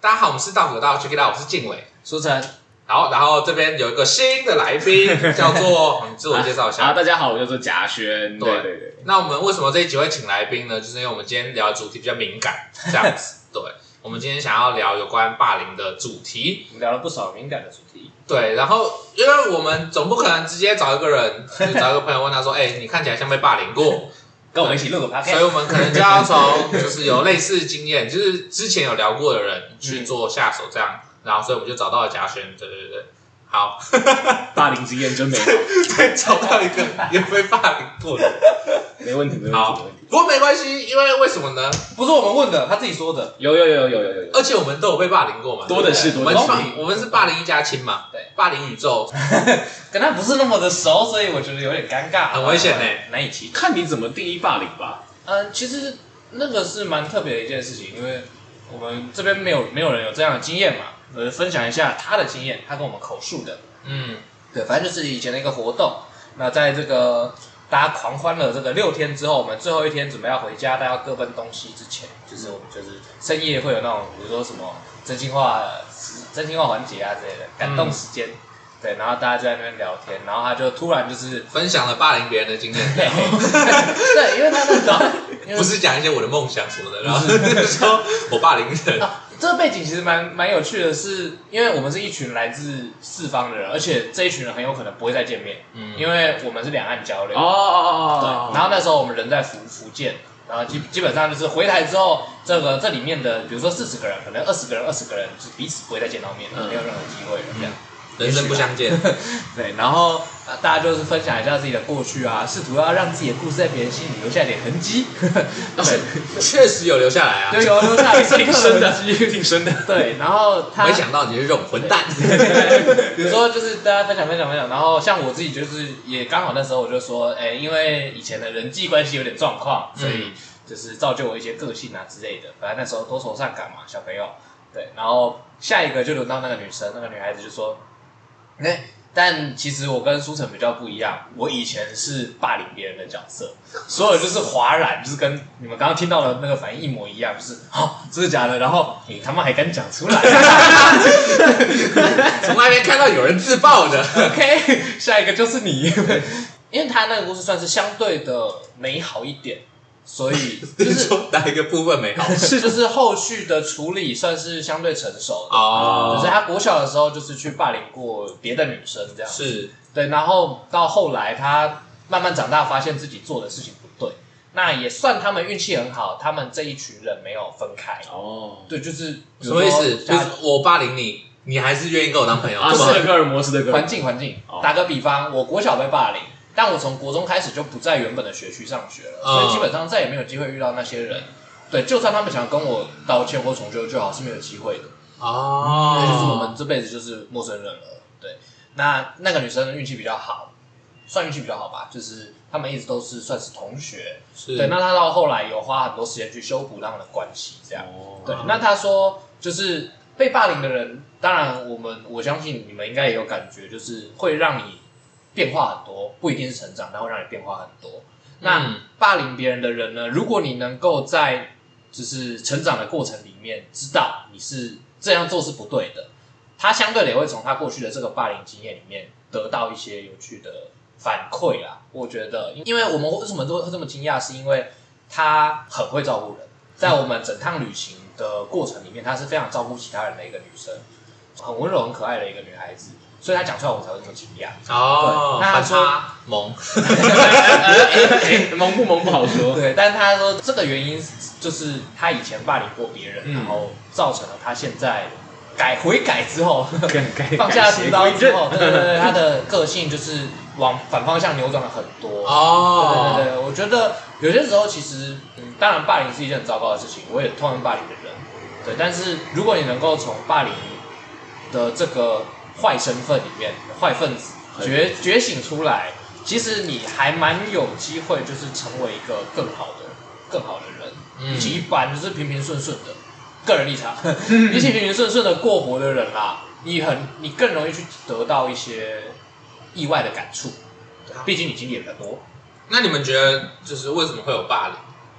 大家好，我们是道可道 c h e c k it out，我是静伟。舒晨好，然后这边有一个新的来宾，叫做你自我介绍一 啊，下。大家好，我叫做贾轩。对对对对，那我们为什么这一集会请来宾呢？就是因为我们今天聊的主题比较敏感，这样子。对，我们今天想要聊有关霸凌的主题。我们聊了不少敏感的主题，对，然后因为我们总不可能直接找一个人，就找一个朋友问他说：“ 哎、你看起来像被霸凌过。跟我们一起录个 p o 所以我们可能就要从就是有类似经验，就是之前有聊过的人去做下手这样。然后，所以我们就找到了贾轩。对对对，好，霸凌经验真没 有，对，找到一个也被霸凌过的。没问题，没问题，没好问题。不过没关系，因为为什么呢？不是我们问的，他自己说的。有有有有有有有，而且我们都有被霸凌过嘛，多的是，对不多对的我们是霸。我们是霸凌一家亲嘛，对，霸凌宇宙，跟他不是那么的熟，所以我觉得有点尴尬，很危险呢，难以启齿。看你怎么定义霸凌吧。嗯，其实那个是蛮特别的一件事情，因为我们这边没有没有人有这样的经验嘛，呃，分享一下他的经验，他跟我们口述的。嗯，对，反正就是以前的一个活动。那在这个大家狂欢了这个六天之后，我们最后一天准备要回家，大家各奔东西之前，就是我们就是深夜会有那种，比如说什么真心话、真心话环节啊之类的，感动时间。对，然后大家就在那边聊天，然后他就突然就是，分享了霸凌别人的经验， 对，因为他那时候，因 为不是讲一些我的梦想什么的，然后 说我霸凌人，啊，这个背景其实蛮蛮有趣的是，因为我们是一群来自四方的人，而且这一群人很有可能不会再见面，嗯因为我们是两岸交流哦。哦哦对，然后哦那时候我们人在福福建，然后基基本上就是回台之后，这个这里面的，比如说四十个人，可能二十个人，二十个人就彼此不会再见到面，嗯没有任何机会了这样。人生不相见，嗯对，然后、呃大家就是分享一下自己的过去啊，试图要让自己的故事在别人心里留下一点痕迹。 对， 确实有留下来啊就，有留下来深 挺刻深的的痕，迹。 挺深的。对，然后他没想到你是这种混蛋， 比如说，就是大家分享分享分享，然后像我自己就是也刚好那时候我就说，哎、因为以前的人际关系有点状况，所以就是造就我一些个性啊之类的。反正那时候多愁善感嘛，小朋友。对，然后下一个就轮到那个女生，那个女孩子就说，哎、但其实我跟苏晨比较不一样，我以前是霸凌别人的角色，所有就是哗然，就是跟你们刚刚听到的那个反应一模一样，就是哦，真的假的？然后你他妈还敢讲出来？从来没看到有人自爆的， OK，下一个就是你，因为他那个故事算是相对的美好一点，所以就就是说哪一个部分没好？ 是就是后续的处理算是相对成熟 的。哦就是他国小的时候就是去霸凌过别的女生这样，是，对，然后到后来他慢慢长大，发现自己做的事情不对，那也算他们运气很好，他们这一群人没有分开。哦，对，就是比什如说么意思？就家是我霸凌你，你还是愿意跟我当朋友？阿这么斯的哥尔摩斯的哥尔环摩，境环境哦，打个比方，我国小被霸凌，但我从国中开始就不在原本的学区上学了，嗯所以基本上再也没有机会遇到那些人。对，就算他们想跟我道歉或重修就好，是没有机会的。哦那就是我们这辈子就是陌生人了。对，那那个女生运气比较好，算运气比较好吧，就是他们一直都是算是同学。是对，那她到后来有花很多时间去修补他们的关系，这样。哦对，那他说就是被霸凌的人，当然我们我相信你们应该也有感觉，就是会让你变化很多，不一定是成长，但会让你变化很多。那、嗯霸凌别人的人呢，如果你能够在就是成长的过程里面知道你是这样做是不对的，他相对的也会从他过去的这个霸凌经验里面得到一些有趣的反馈啦。我觉得，因为我们为什么都会这么惊讶，是因为她很会照顾人，在我们整趟旅行的过程里面，她是非常照顾其他人的一个女生，很温柔、很可爱的一个女孩子，所以她讲出来我才会这么惊讶。哦，对那他反说差萌，萌哎不萌不 好说。对，但他说这个原因就是他以前霸凌过别人，嗯然后造成了他现在改悔改之后，改改放下屠刀之后，改对对对，他的个性就是往反方向扭转了很多。哦，对对对，我觉得有些时候其实，嗯，当然霸凌是一件很糟糕的事情，我也痛恨霸凌的人，对。但是如果你能够从霸凌的这个坏身份里面，坏分子觉觉醒出来，其实你还蛮有机会，就是成为一个更好的、更好的人。比嗯起一般就是平平顺顺的，个人立 场，比起平平顺顺的过活的人啦，你很你更容易去得到一些意外的感触，对啊毕竟你经历也比较多。那你们觉得就是为什么会有霸凌？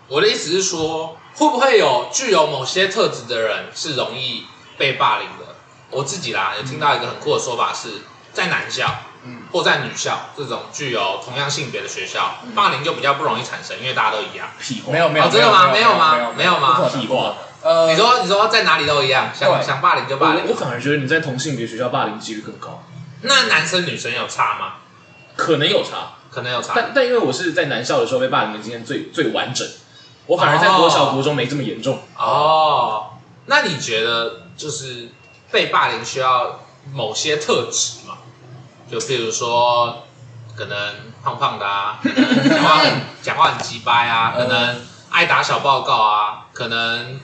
我的意思是说，会不会有具有某些特质的人是容易被霸凌的，我自己啦，有听到一个很酷的说法是，在男校嗯或在女校这种具有同样性别的学校，霸凌就比较不容易产生，因为大家都一样。 屁话没有没有哦真的吗没有吗没有吗不可能屁话。呃，你说你说在哪里都一样，想对想霸凌就霸我我凌，反而觉得你在同性别学校霸凌几率更高，那男生女生有差吗？可能有差。可能有差。但但因为我是在南校的时候被霸凌的经验最最完整，我反而在国小、哦国中没这么严重。哦，那你觉得就是被霸凌需要某些特质吗？就比如说，可能胖胖的啊，可能讲话很讲话很鸡掰啊，可能爱打小报告啊，可能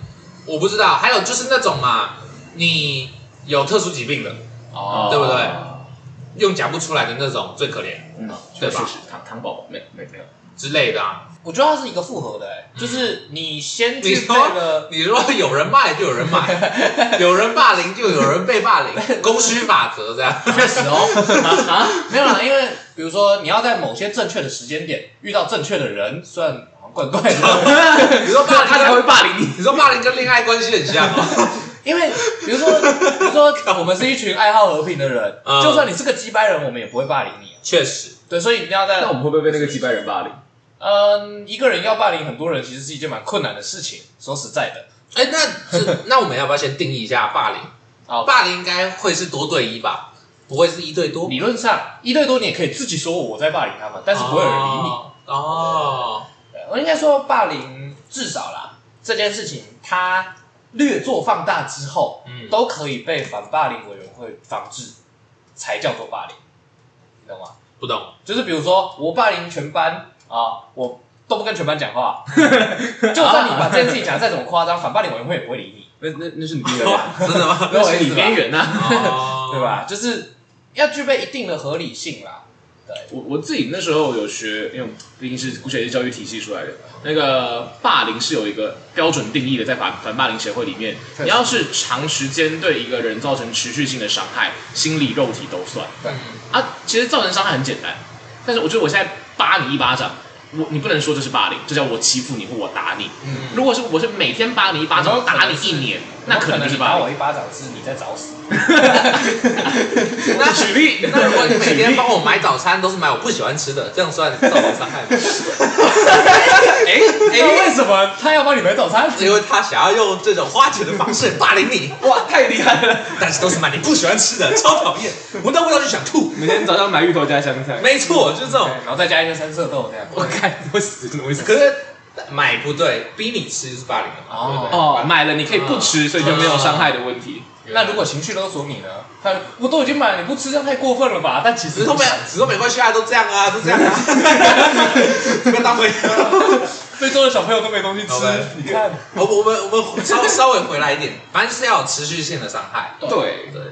我不知道，还有就是那种嘛，你有特殊疾病的，啊哦，对不对用讲不出来的那种最可怜嗯，对确吧实是糖糖宝宝，没没没有。之类的啊。我觉得它是一个复合的、欸，就是你先你去说那个，你说有人骂就有人骂，有人霸凌就有人被霸凌，供需法则这样。开始哦， 没有啦，因为比如说你要在某些正确的时间点遇到正确的人，虽然好像怪怪的， 你说霸 他凌才跟会霸 凌你。你说霸凌跟恋爱关系很像 哦。因为比如说比如说我们是一群爱好和平的人，嗯就算你是个鸡掰人，我们也不会霸凌你啊、确实，对，所以一定要在那我们会不会被那个几百人霸凌？嗯，一个人要霸凌很多人，其实是一件蛮困难的事情。说实在的，哎，那 这那我们要不要先定义一下霸凌？好，霸凌应该会是多对一吧？不会是一对多？理论上一对多你也可以自己说我在霸凌他们，但是不会有人理你。哦哦，对我应该说霸凌至少啦，这件事情它略作放大之后，嗯都可以被反霸凌委员会防治，才叫做霸凌，你懂吗？不懂。就是比如说我霸凌全班啊，我都不跟全班讲话， 就算你把这件事情讲得再怎么夸张，反霸凌委员会也不会理你，那那那 是你边缘，哦真的 吗？懂我那意是思你吧边缘啊呐。哦对？吧？就是要具备一定的合理性啦。对，我我自己那时候有学，因为我毕竟是古学教育体系出来的，那个霸凌是有一个标准定义的，在反反霸凌协会里面，确实你要是长时间对一个人造成持续性的伤害，心理、肉体都算。对啊，其实造成伤害很简单，但是我觉得我现在扒你一巴掌，我你不能说这是霸凌，这叫我欺负你或我打你。嗯，如果是我是每天扒你一巴有没掌，有可能打你是一年，那可能就是你打霸我凌。一巴掌是你在找 死，那举例，那如果你每天举例帮我买早餐都是买我不喜欢吃的，这样算造成伤 害吗？哎那哎，为什么他要帮你买早 餐？因为他想要用这种花钱的方式霸凌你，哇，太厉害了！但是都是买你不喜欢吃的，超讨厌，闻到味道就想吐。 每天早上买芋头加香菜，没错，就是这种。然后再加一些三色豆这样。哦我看会死，真的会死。可是买不对，逼你吃就是霸凌了嘛，哦对不 对？哦，买了你可以不吃，所以就没有伤害的问题。那如果情绪勒索你呢？他我都已经买了，你不吃这样太过分了吧？但其只是实说没 有，只是说没关系啊，都这样啊，都这样啊， 不要当回事。非洲的小朋友都没东西吃好吧，你看，我我们我们稍稍微回来一点，反正是要有持续性的伤害。对，对，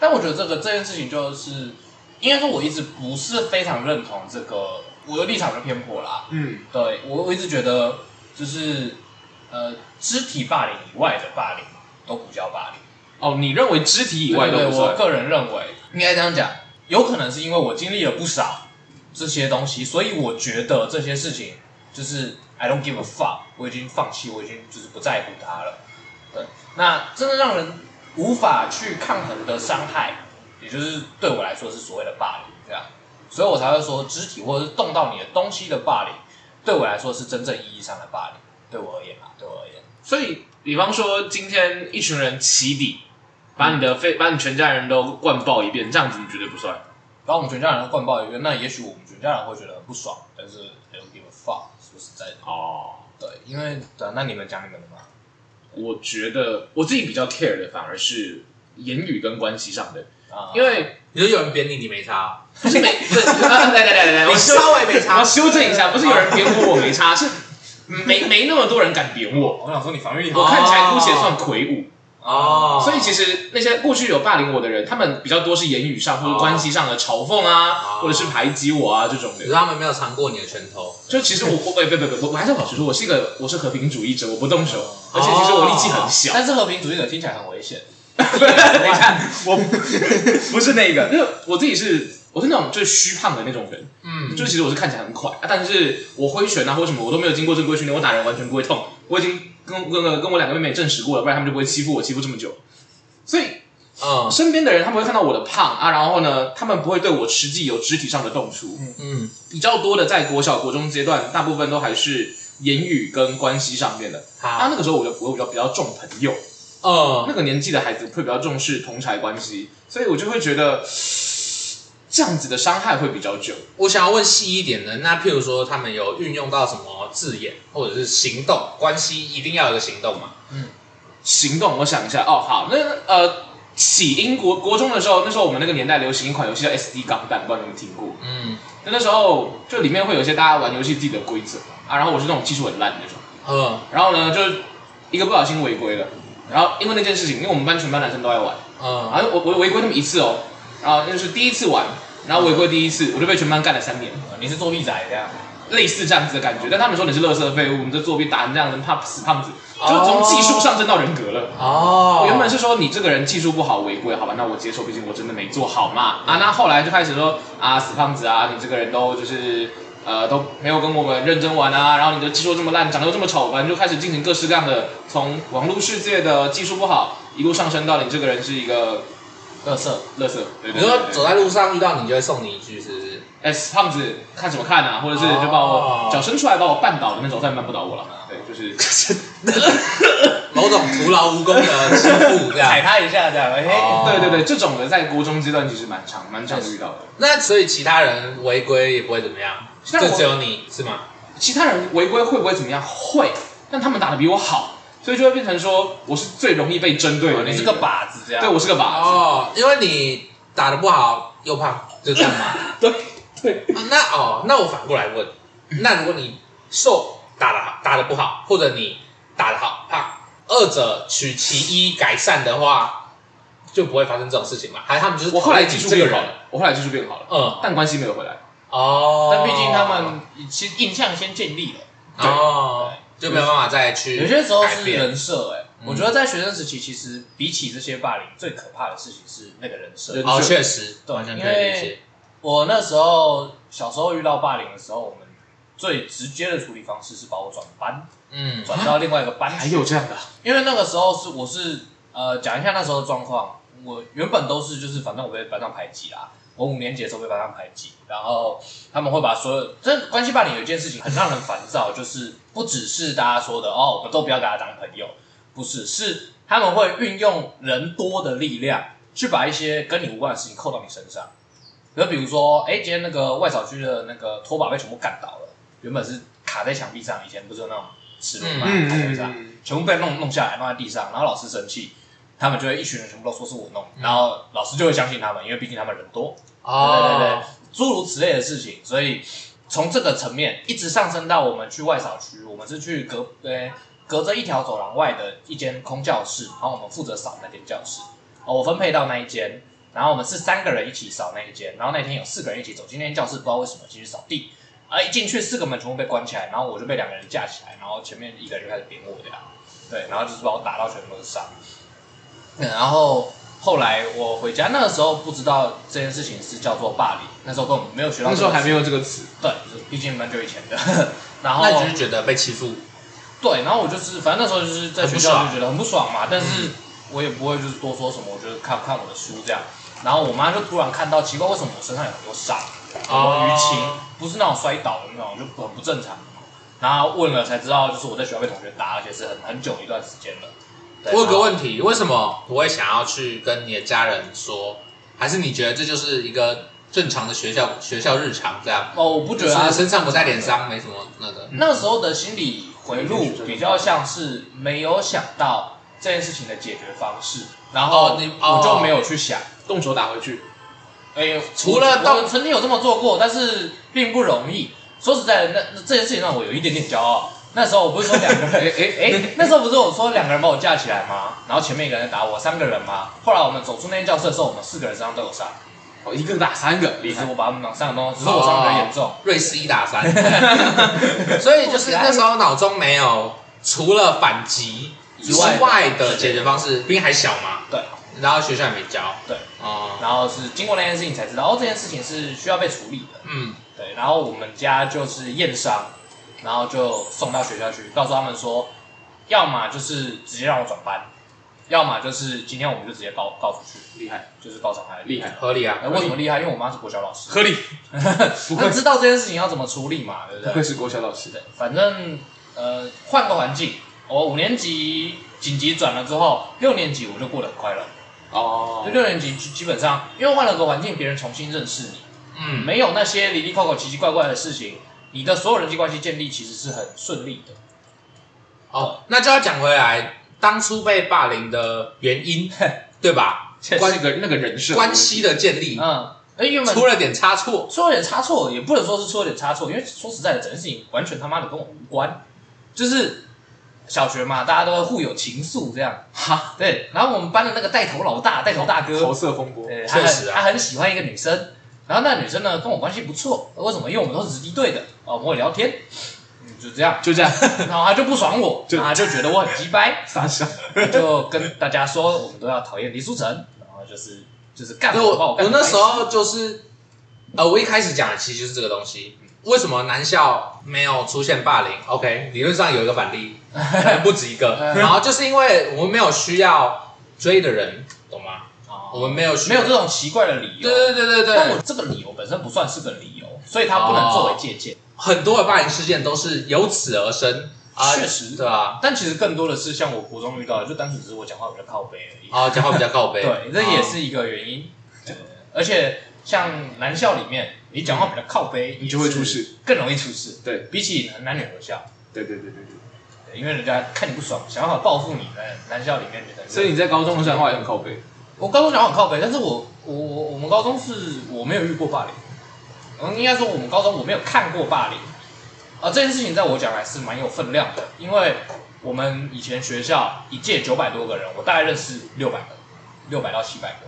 但我觉得这个这件事情就是，应该说我一直不是非常认同这个，我的立场是偏颇啦。嗯，对我我一直觉得就是呃，肢体霸凌以外的霸凌都不叫霸凌。哦，你认为肢体以外对都对不对我算？个人认为应该这样讲，有可能是因为我经历了不少这些东西，所以我觉得这些事情就是 I don't give a fuck，我已经放弃，我已经就是不在乎它了。对，那真的让人无法去抗衡的伤害，也就是对我来说是所谓的霸凌，这样，所以我才会说肢体或者是动到你的东西的霸凌，对我来说是真正意义上的霸凌，对我而言啊，对我而言，所以，比方说今天一群人起底，把你的非把你全家人都灌爆一遍，这样子你绝对不算。然后我们全家人灌爆一个，那也许我们全家人会觉得很不爽，但是 I don't give a fuck，说实在的，哦，对，因为对啊、那你们讲你们的嘛，我觉得我自己比较 care 的反而是言语跟关系上的，啊、因为你说有人贬你，你没差，不是每对啊来来来来来，你我修稍微没我 差要。修正一下，不是有人贬我我没差，是没没那么多人敢贬我，我想说你防御力哦我看起来姑且算魁梧。哦，所以其实那些过去有霸凌我的人，他们比较多是言语上或者关系上的嘲讽啊，哦或者是排挤我啊这种你的说。他们没有尝过你的拳头，就其实我我我不不不，我我还是要保持说，我是一个我是和平主义者，我不动手，哦而且其实我力气很小。但是和平主义者听起来很危 险，哎等一下，我 不是那个，就是我自己是我是那种就是虚胖的那种人，嗯，就是其实我是看起来很快，啊、但是我挥拳啊或者什么我都没有经过正规训练，我打人完全不会痛。我已经跟跟跟我两个妹妹证实过了，不然他们就不会欺负我欺负这么久。所以嗯身边的人他们会看到我的胖啊，然后呢，他们不会对我实际有肢体上的动粗，嗯比较多的在国小、国中阶段，大部分都还是言语跟关系上面的。啊，好，那个时候我就我比较比较重朋友，嗯哦那个年纪的孩子会比较重视同才关系，所以我就会觉得这样子的伤害会比较久。我想要问细一点的，那譬如说他们有运用到什么字眼或者是行动关系，一定要有个行动嘛？行动，我想一下，哦，好，那呃，起因国国中的时候，那时候我们那个年代流行一款游戏叫 SD 钢弹，不知道你们听过？嗯那那时候就里面会有一些大家玩游戏自己的规则啊，然后我是那种技术很烂的那种，嗯然后呢就是一个不小心违规了，然后因为那件事情，因为我们班全班男生都在玩，嗯，然后我我违规那么一次哦，然后那是第一次玩，然后违规第一次我就被全班干了三年，你是作弊仔这样，类似这样子的感觉，但他们说你是垃圾废物，你这作弊打成这样子，怕死胖子，就是从技术上升到人格了。哦原本是说你这个人技术不好，违规，好吧，那我接受，毕竟我真的没做好嘛。啊，那后来就开始说啊，死胖子啊，你这个人都就是呃都没有跟我们认真玩啊，然后你的技术这么烂，长得又这么丑，反正就开始进行各式各样的，从网络世界的技术不好，一路上升到你这个人是一个乐色，垃圾。你对啊对对对说走在路上遇到你就会送你一句，是不是？ 哎，死胖子看什么看啊，或者是就把我哦脚伸出来把我绊倒的那种，再绊不倒我了。对，就是某种徒劳无功的欺负这踩 样。他一下这样，哎，哦对对对，这种的在国中阶段其实蛮常蛮常遇到的。那所以其他人违规也不会怎么样，像我就只有你是吗？其他人违规会不会怎么样？会，但他们打的比我好，所以就会变成说我是最容易被针对的、你是个，靶子这样，对我是个靶子，哦，因为你打的不好又胖，就这样嘛。 对对，嗯啊那哦，那我反过来问，那如果你瘦打的好，打的不好，或者你打的好胖，二者取其一改善的话，就不会发生这种事情嘛？还是他们就是我后来技记住术这个变好人？了，我后来技术变好了，嗯，但关系没有回来，哦，但毕竟他们其实印象先建立了，对哦，就没有办法再嗯去有些时候改是变人设哎、我觉得在学生时期，其实比起这些霸凌，最可怕的事情是那个人设人。哦，确实对完全可以理因解为。我那时候小时候遇到霸凌的时候，我们最直接的处理方式是把我转班，嗯转到另外一个班还去。有这样的啊，因为那个时候是我是呃讲一下那时候的状况，我原本都是就是反正我被班上排挤啦，我五年级的时候被班上排挤，然后他们会把所有这关系霸凌有一件事情很让人烦躁，就是不只是大家说的哦，我们都不要跟他当朋友，不是，是他们会运用人多的力量去把一些跟你无关的事情扣到你身上，就比如说哎、今天那个外扫区的那个拖把被全部干倒了，原本是卡在墙壁上，以前不是有那种齿轮嘛，嗯卡在上。嗯，全部被弄弄下来，弄在地上，然后老师生气，他们就会一群人全部都说是我弄，然后老师就会相信他们，因为毕竟他们人多，对对对哦，，诸如此类的事情，所以从这个层面一直上升到我们去外扫区，我们是去隔呃隔着一条走廊外的一间空教室，然后我们负责扫那间教室，哦，我分配到那一间，然后我们是三个人一起扫那一间，然后那天有四个人一起走进那间教室，不知道为什么进去扫地。啊！一进去，四个门全部被关起来，然后我就被两个人架起来，然后前面一个人就开始扁我这样，对，然后就是把我打到全身都是伤。嗯然后后来我回家，那个时候不知道这件事情是叫做霸凌，那时候根本没有学到这个那词，时候还没有这个词，对，就是毕竟蛮久以前的。 然后那你就是觉得被欺负，对，然后我就是反正那时候就是在学校很不爽嗯就觉得很不爽嘛，但是我也不会就是多说什么，我就是看看我的书这样。然后我妈就突然看到，奇怪，为什么我身上有很多伤，很多淤青哦，不是那种摔倒的那种，就很不正常。然后问了才知道，就是我在学校被同学打，而且是很很久一段时间了。对我有个然后问题，为什么不会想要去跟你的家人说？还是你觉得这就是一个正常的学校学校日常这样？哦，我不觉就是得他身上不带点伤，没什么那个。那时候的心理回路嗯比较像是没有想到这件事情的解决方式，然后哦你哦我就没有去想。动手打回去，哎、除了我到我曾经有这么做过，但是并不容易。说实在的，那那这件事情让我有一点点骄傲。那时候我不是说两个人， 哎哎哎，那时候不是我说两个人把我架起来吗？然后前面一个人打我，三个人嘛。后来我们走出那间教室的时候，我们四个人身上都有伤，哦，一个打三个，只厉是害，我把他们往上弄，只是我伤比较严重。瑞士一打 三，所以就是那时候脑中没有除了反击以之外的外的解决方式，毕竟还小嘛，对，然后学校也没教。对，哦，然后是经过那件事情才知道，哦，这件事情是需要被处理的。嗯，对，然后我们家就是验伤，然后就送到学校去，告诉他们说，要么就是直接让我转班，要么就是今天我们就直接告告出去，厉害就是告伤害厉害，合理啊哎，。为什么厉害？因为我妈是国小老师，合理，不她愧知道这件事情要怎么处理嘛，对不对不愧？是国小老师，对，反正呃，换个环境，我五年级紧急转了之后，六年级我就过得很快乐。哦就，六年级基基本上，因为换了个环境，别人重新认识你，嗯，没有那些离离扣扣、奇奇怪怪的事情，你的所有人际关系建立其实是很顺利的。哦，那就要讲回来，当初被霸凌的原 因，对吧？关关系个那个人设关系的建立嗯，哎，原本出了点差错，出了点差错，也不能说是出了点差错，因为说实在的，整件事情完全他妈的跟我无关，就是小学嘛，大家都会互有情愫这样。哈，对，然后我们班的那个带头老大、带头大哥，桃色风波，对，他确很实啊他很喜欢一个女生，然后那女生呢跟我关系不错，哦为什么？因为我们都是直敌对的，哦，我们会聊天，嗯，就 这样，就这样然后他就不爽我，就然后他就觉得我很鸡掰，傻笑， 就跟大家说我们都要讨厌黎书成，然后就是就是干对我，把我我干我得那哎开时心候就是，呃，我一开始讲的其实就是这个东西。为什么南校没有出现霸凌？OK，理论上有一个反例，可能不止一 个。嗯然后就是因为我们没有需要追的人，懂吗？哦我们没有需没有这种奇怪的理由，对对对对但对我，这个理由本身不算是个理由，所以它不能作为借鉴。很多的霸凌事件都是由此而生啊，哦确实对吧？但其实更多的是像我国中遇到的，就单纯只是我讲话比较靠背而已。啊，讲话比较告白，哦对，这啊也是一个原因。对而且像男校里面，你讲话比较靠背，你就会出事，更容易出事。对，比起男女合校，对对对对对，对因为人家看你不爽，想要报复你，在男校里面就等于。所以你在高中的时候话也很靠背，我高中讲话很靠背，但是我我我我们高中是我没有遇过霸凌，嗯，应该说我们高中我没有看过霸凌，啊，这件事情在我讲来是蛮有分量的，因为我们以前学校一届九百多个人，我大概认识六百个，六百到七百个，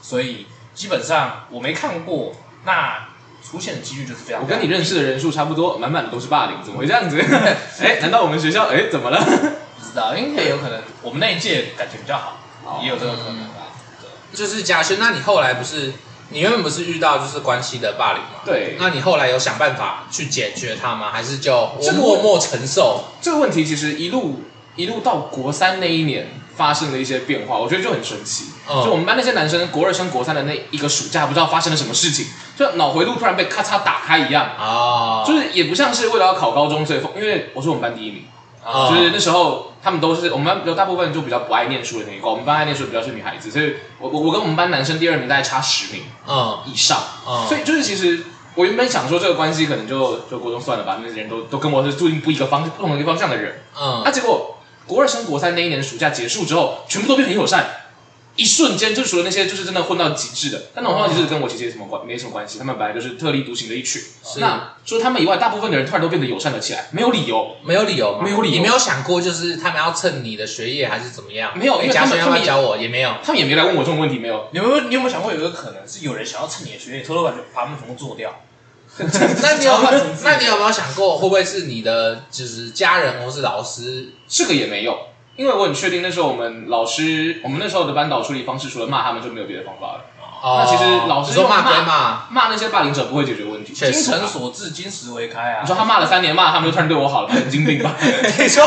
所以基本上我没看过，那出现的几率就是非常我大。跟你认识的人数差不多，满满的都是霸凌，怎么会这样子？ 哎，难道我们学校哎怎么了？不知道，因为有可能我们那一届感情比较哦好，也有这个可能吧。对就是嘉轩。那你后来不是你原本不是遇到就是关系的霸凌吗？对那你后来有想办法去解决它吗？还是就我这个默默承受？这个问题其实一路一路到国三那一年发生了一些变化，我觉得就很神奇。嗯就我们班那些男生，国二升国三的那一个暑假，不知道发生了什么事情，就脑回路突然被咔嚓打开一样。哦，就是也不像是为了要考高中所以疯，因为我是我们班第一名，嗯啊哦就是那时候他们都是我们班有大部分就比较不爱念书的那一挂，我们班爱念书的比较是女孩子，所以我我我跟我们班男生第二名大概差十名嗯以上，嗯，所以就是其实我原本想说这个关系可能就就国中算了吧，那些人都都跟我是注定不一个方不同的一个方向的人，那嗯，结果国二升国三那一年暑假结束之后，全部都变很友善，一瞬间就除了那些就是真的混到极致的，但那种混到极致的跟我其实也什么关没什么关系，他们本来就是特立独行的一群。是那除了他们以外，大部分的人突然都变得友善了起来，没有理由，没有理由吗，没有理由你没有想过就是他们要蹭你的学业还是怎么样？没有因为嘉他们轩要不要他们教我也没 有，他们也没来问我这种问题，没有。你有没有你有没有想过，有一个可能是有人想要趁你的学业偷偷把把他们全部做掉？那你有交换文字那你有没有想过会不会是你的就是家人或是老师？这个也没有，因为我很确定那时候我们老师，我们那时候的班导处理方式除了骂他们就没有别的方法了。哦那其实老师你说骂就骂归骂，骂那些霸凌者不会解决问题，确精实啊诚所至，金石为开啊！你说他骂了三年骂，他们就突然对我好了，神经病吧？你说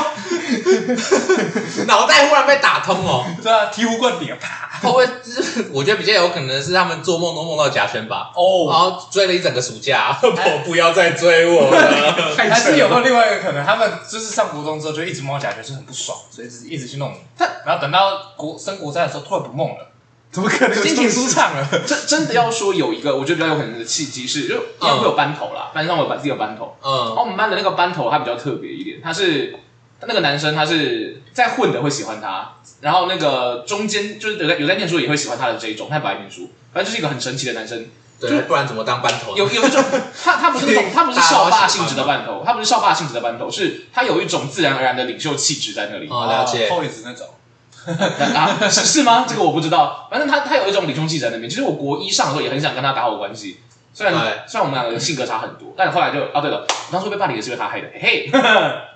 脑袋忽然被打通哦，对啊，醍醐灌顶，啪！会不会就是？我觉得比较有可能是他们做梦都梦到嘉轩吧。然哦，后追了一整个暑假， 我不要再追我 了。太还扯了是有没有另外一个可能？他们就是上国中之后就一直梦到假学生很不爽，所以一直一直去弄。然后等到国升国三的时候，突然不梦了，怎么可能有这种心情舒畅了。 真真的要说有一个，我觉得比较有可能的契机是，就因为会有班头啦，班上我有自己的班头。然后嗯，我们班的那个班头他比较特别一点，他是那个男生他是在混的会喜欢他，然后那个中间就是有在有在念书也会喜欢他的这一种，他也不爱念书，反正就是一个很神奇的男生。对，不然怎么当班头呢？有有 一种他他不是那种他不是校霸性质的班头，他不是校霸性质的班头，是他有一种自然而然的领袖气质在那里。哦了解后一直那种。 啊，是是吗？这个我不知道。反正他他有一种领胸气质在那边。其实我国一上的时候也很想跟他打好关系，虽然哎虽然我们两个性格差很多，但后来就啊对了，我当初被霸凌也是因为他害的，嘿嘿，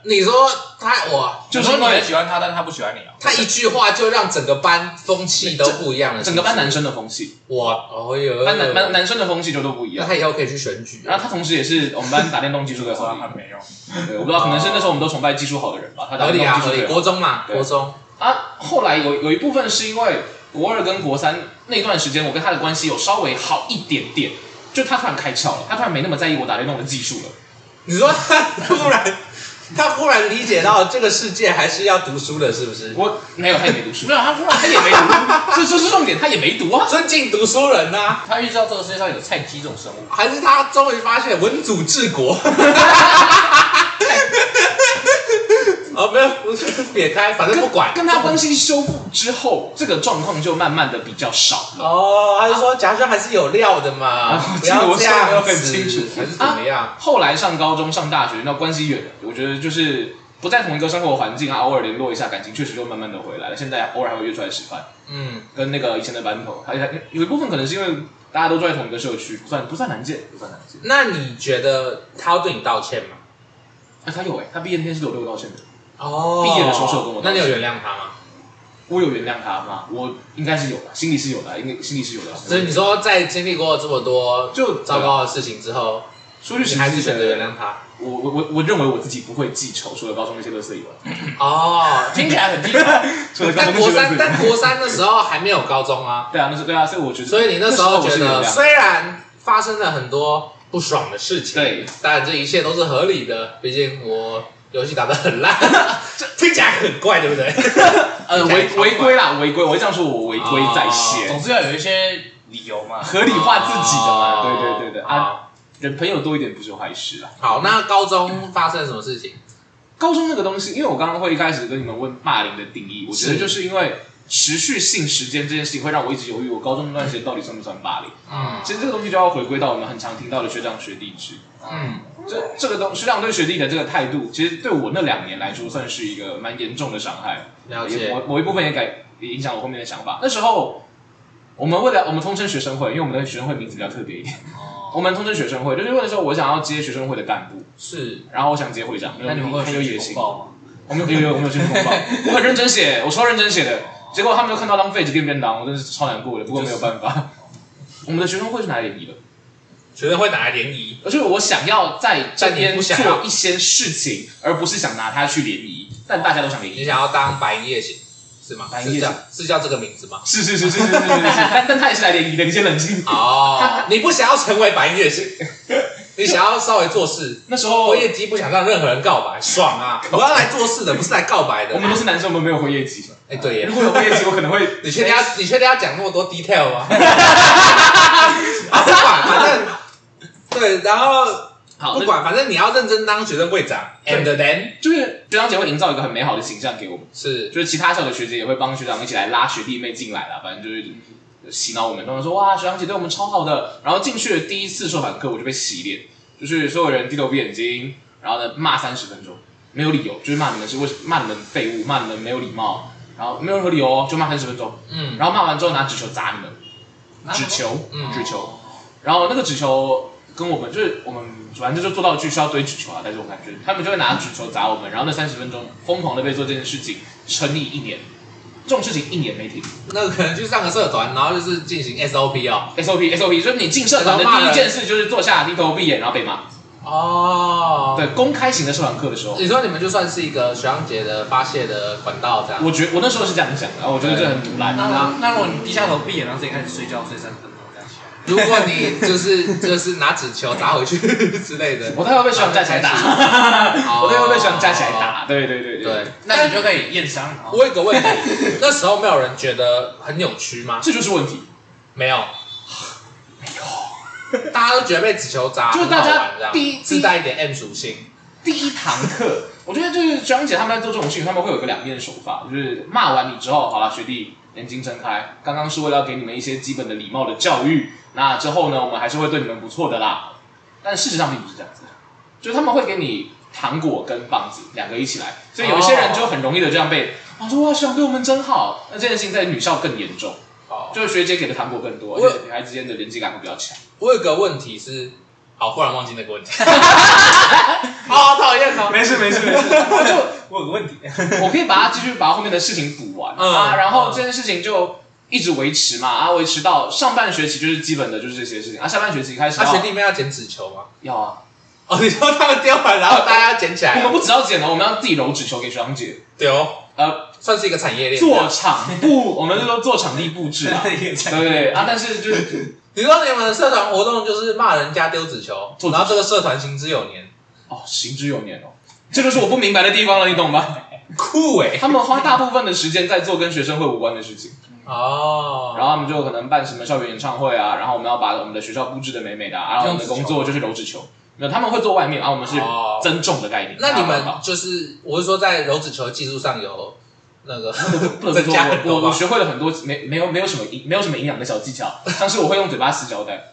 你说他我就是你说因你为很喜欢他，但是他不喜欢你啊。他一句话就让整个班风气都不一样了，整个班是男生的风气，不是哇，哦哟，班男班啊男生的风气就都不一那样。他以后可以去选举然后他同时也是我们班打电动技术的说 合他理，们没用，对我不知道可能是那时候我们都崇拜技术好的人吧，他打合电理动啊，技术合理。最好国中嘛，对国中啊，后来有有一部分是因为国二跟国三那段时间，我跟他的关系有稍微好一点点，就他突然开窍了，他突然没那么在意我打电动的技术了。你说他突然，他忽然理解到这个世界还是要读书的，是不是？我没有，他也没读书，没有，他突然他也没读，这这是重点，他也没读啊。尊敬读书人呐、他意识到这个世界上有菜鸡这种生物，还是他终于发现文主治国。 哦，没有，不是撇开，反正不管，跟他关系修复之后，这个状况就慢慢的比较少了。哦，他就说假装还是有料的嘛，啊不要这这个我说得样子，很清楚啊还是怎么样？后来上高中、上大学，那关系远了，我觉得就是不在同一个生活环境啊，偶尔联络一下，感情确实就慢慢的回来了。现在偶尔还会约出来吃饭，嗯，跟那个以前的班头，还还有一部分可能是因为大家都住在同一个社区，不算不算难见，不算难见。那你觉得他要对你道歉吗？啊，他有哎、他毕业那天是有对我道歉的，哦毕业的时候是有跟我道那歉你有原谅他吗？我有原谅他吗？我应该是有的，心里是有的，应该心里是有的。所以你说，在经历过这么多就糟，糕的事情之后，说句你实还是在选择原谅他？我我我我认为我自己不会记仇，除了高中那些乐色以外， 哦，听起来很低调。除了高但中那些国垃圾三以外但国三的时候还没有高中啊，对啊，那是对啊，所以我觉得，所以你那时候我觉是得原谅虽然发生了很多不爽的事情，对，但这一切都是合理的，毕竟我游戏打得很烂， 这听起来很怪，对不 对？呃改哦违头发违规啦，违规，我会这样说，我违规在总先，之要有一些理由 嘛。合理化自己的嘛，哦对对对对啊，好人朋友多一点不是坏事啦。好，那高中发生了什么事情？高中那个东西，因为我刚刚会一开始跟你们问霸凌的定义，我觉得是就是因为持续性时间这件事情会让我一直犹豫，我高中那段时间到底算不算霸凌？嗯其实这个东西就要回归到我们很常听到的学长学弟制，嗯，这这个东学长对学弟的这个态度，其实对我那两年来说算是一个蛮严重的伤害。呃了也解某某一部分也改也影响我后面的想法。那时候我们为了我们通称学生会，因为我们的学生会名字比较特别一点，哦我们通称学生会，就是为了说我想要接学生会的干部，是然后我想接会长，那你们会有很学有习野公心。报吗？我们有有我们有军 公报，我很认真写，我超认真写的，结果他们就看到浪费只垫便当，我真是超难过的。不过没有办法，我们的学生会是哪里的？学生会打来联谊，而且我想要在这但你边不想要做一些事情，而不是想拿它去联谊，但大家都想联谊你。想要当白夜行是吗？白是夜叫行是叫这个名字 吗？是是是是是是啊是是， 但但他也是来联谊的，你先冷静。哦，你不想要成为白夜行，你想要稍微做事。那时候我业绩不想让任何人告白，爽啊！哦 我要来做事的，不是来告白的我。们都是男生，我们没有灰夜机。哎，对耶如，果有灰夜机，我可能会你确定要你确定要讲那么多 detail 吗？啊不管，反正对，然后好不，管，反正你要认真当学生会 长对，and then 那就是学长姐会营造一个很美好的形象给我们，是就是其他校的学姐也会帮学长一起来拉学弟妹进来啦，反正就是洗脑我们，他们说哇，学长姐对我们超好的。然后进去的第一次社团课，我就被洗脸，就是所有人低头闭眼睛，然后呢骂三十分钟，没有理由，就是骂你们是为什骂你们废物，骂你们没有礼貌，然后没有任何理由哦，就骂三十分钟，嗯然后骂完之后拿纸球砸你们。 纸球，嗯纸球，然后那个纸球跟我们就是我们反正就做道具需要堆纸球啊，但是我感觉他们就会拿纸球砸我们，然后那三十分钟疯狂的被做这件事情沉溺一年，这种事情一年没停。那可能去上个社团，然后就是进行 SOP 哦。 SOP SOP 就是你进社团的第一件事就是坐下低头闭眼然后被骂。哦，对，公开型的社团课的时候，你说你们就算是一个学长姐的发泄的管道这样。我觉我那时候是这样想的，然后我觉得这很堵烂。啊那那如果你低下头闭眼，然后自己开始睡觉，睡三十分钟这样起来，如果你就是就是拿纸球砸回去之类 的，哦我待会被学长站起来打，我待会被学长站起来打。对对对啊对，那你就可以验伤。哦然后我有个问题， 那时候没有人觉得很扭曲吗？这就是问题。没有，没有，大家都觉得被纸球砸，就是大家很好玩这样第一自带一点 M 属性，第一堂课，我觉得就是学长姐他们在做这种事情，他们会有一个两面手法，就是骂完你之后，好了，学弟眼睛睁开，刚刚是为了要给你们一些基本的礼貌的教育，那之后呢，我们还是会对你们不错的啦。但事实上并不是这样子，就是他们会给你糖果跟棒子两个一起来，所以有一些人就很容易的这样被，啊、说哇，学长对我们真好。那这件事情在女校更严重，哦，就是学姐给的糖果更多，我而且女孩之间的人际感会比较强。我有个问题是，好，忽然忘记那 个问题，哦好讨厌哦，没事没事没事，就我有个问题， 我可以把它继续把后面的事情补完、嗯啊，然后这件事情就一直维持嘛啊，维持到上半学期就是基本的就是这些事情啊，下半学期开始他要学弟妹要捡纸球吗？要啊，哦，你说他们丢完，然后大家捡起我来 们不只要剪了，我们要自己揉纸球给学长姐，丢，呃，算是一个产业链。做场布， 我们就说做场地布置嘛，对不对啊？但是就是你说你们的社团活动就是骂人家丢纸球，做纸然后这个社团行之有年，哦，行之有年哦，这就是我不明白的地方了，你懂 吗？酷哎、他们花大部分的时间在做跟学生会无关的事情，哦，然后他们就可能办什么校园演唱会啊，然后我们要把我们的学校布置的美美的、啊，然后我们的工作就是揉纸球。没有，他们会做外面，啊，我们是哦增重的概念。那你们好不好就是我是说在揉纸球技术上有那个不 能增说加很我多我我吗？学会了很多没没有没有什么营没有什么营养的小技巧，像是我会用嘴巴撕胶带，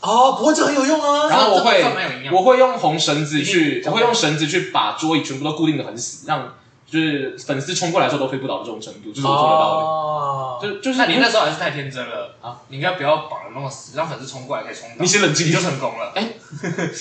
哦，不过这很有用啊。然后我会这这蛮有营养我会用红绳子去一，定我会用绳子去把桌椅全部都固定的很死，让就是粉丝冲过来的时候都推不倒的这种程度，这是我做得到的。哦，就就是那你那那时候还是太天真了啊！你应该不要绑的那么死，让粉丝冲过来可以冲到啊你，先冷静你就，成功了。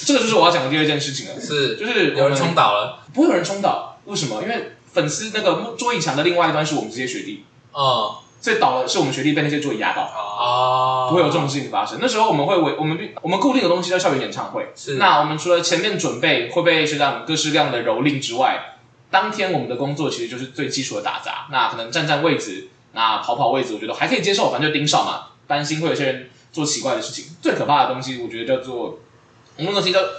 这个就是我要讲的第二件事情了，是就是有人冲倒了，不会有人冲倒，为什么？因为粉丝那个桌椅墙的另外一端是我们这些学弟，嗯，所以倒了是我们学弟被那些桌椅压倒。啊，哦，不会有这种事情发生。那时候我们会为我们我们固定的东西叫校园演唱会，是那我们除了前面准备会被学长各式各样的蹂躏之外，当天我们的工作其实就是最基础的打杂，那可能站站位置，那跑跑位置，我觉得还可以接受，反正就盯梢嘛。担心会有些人做奇怪的事情，最可怕的东西，我觉得叫做我们那东西叫，就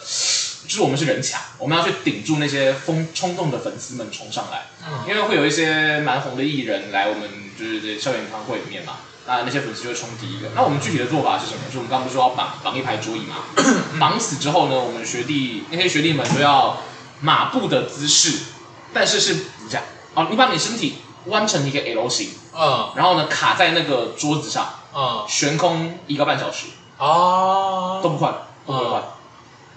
是我们是人墙，我们要去顶住那些风冲动的粉丝们冲上来。嗯因为会有一些蛮红的艺人来我们就是这校园演唱会里面嘛，那那些粉丝就会冲第一个。那我们具体的做法是什么？就是我们刚刚不是说要绑绑一排桌椅嘛，绑死之后呢，我们学弟那些学弟们就要马步的姿势，但是是怎么讲？哦，你把你身体弯成一个 L 型，嗯然后呢卡在那个桌子上，嗯，悬空一个半小时哦，都不换，都不会换。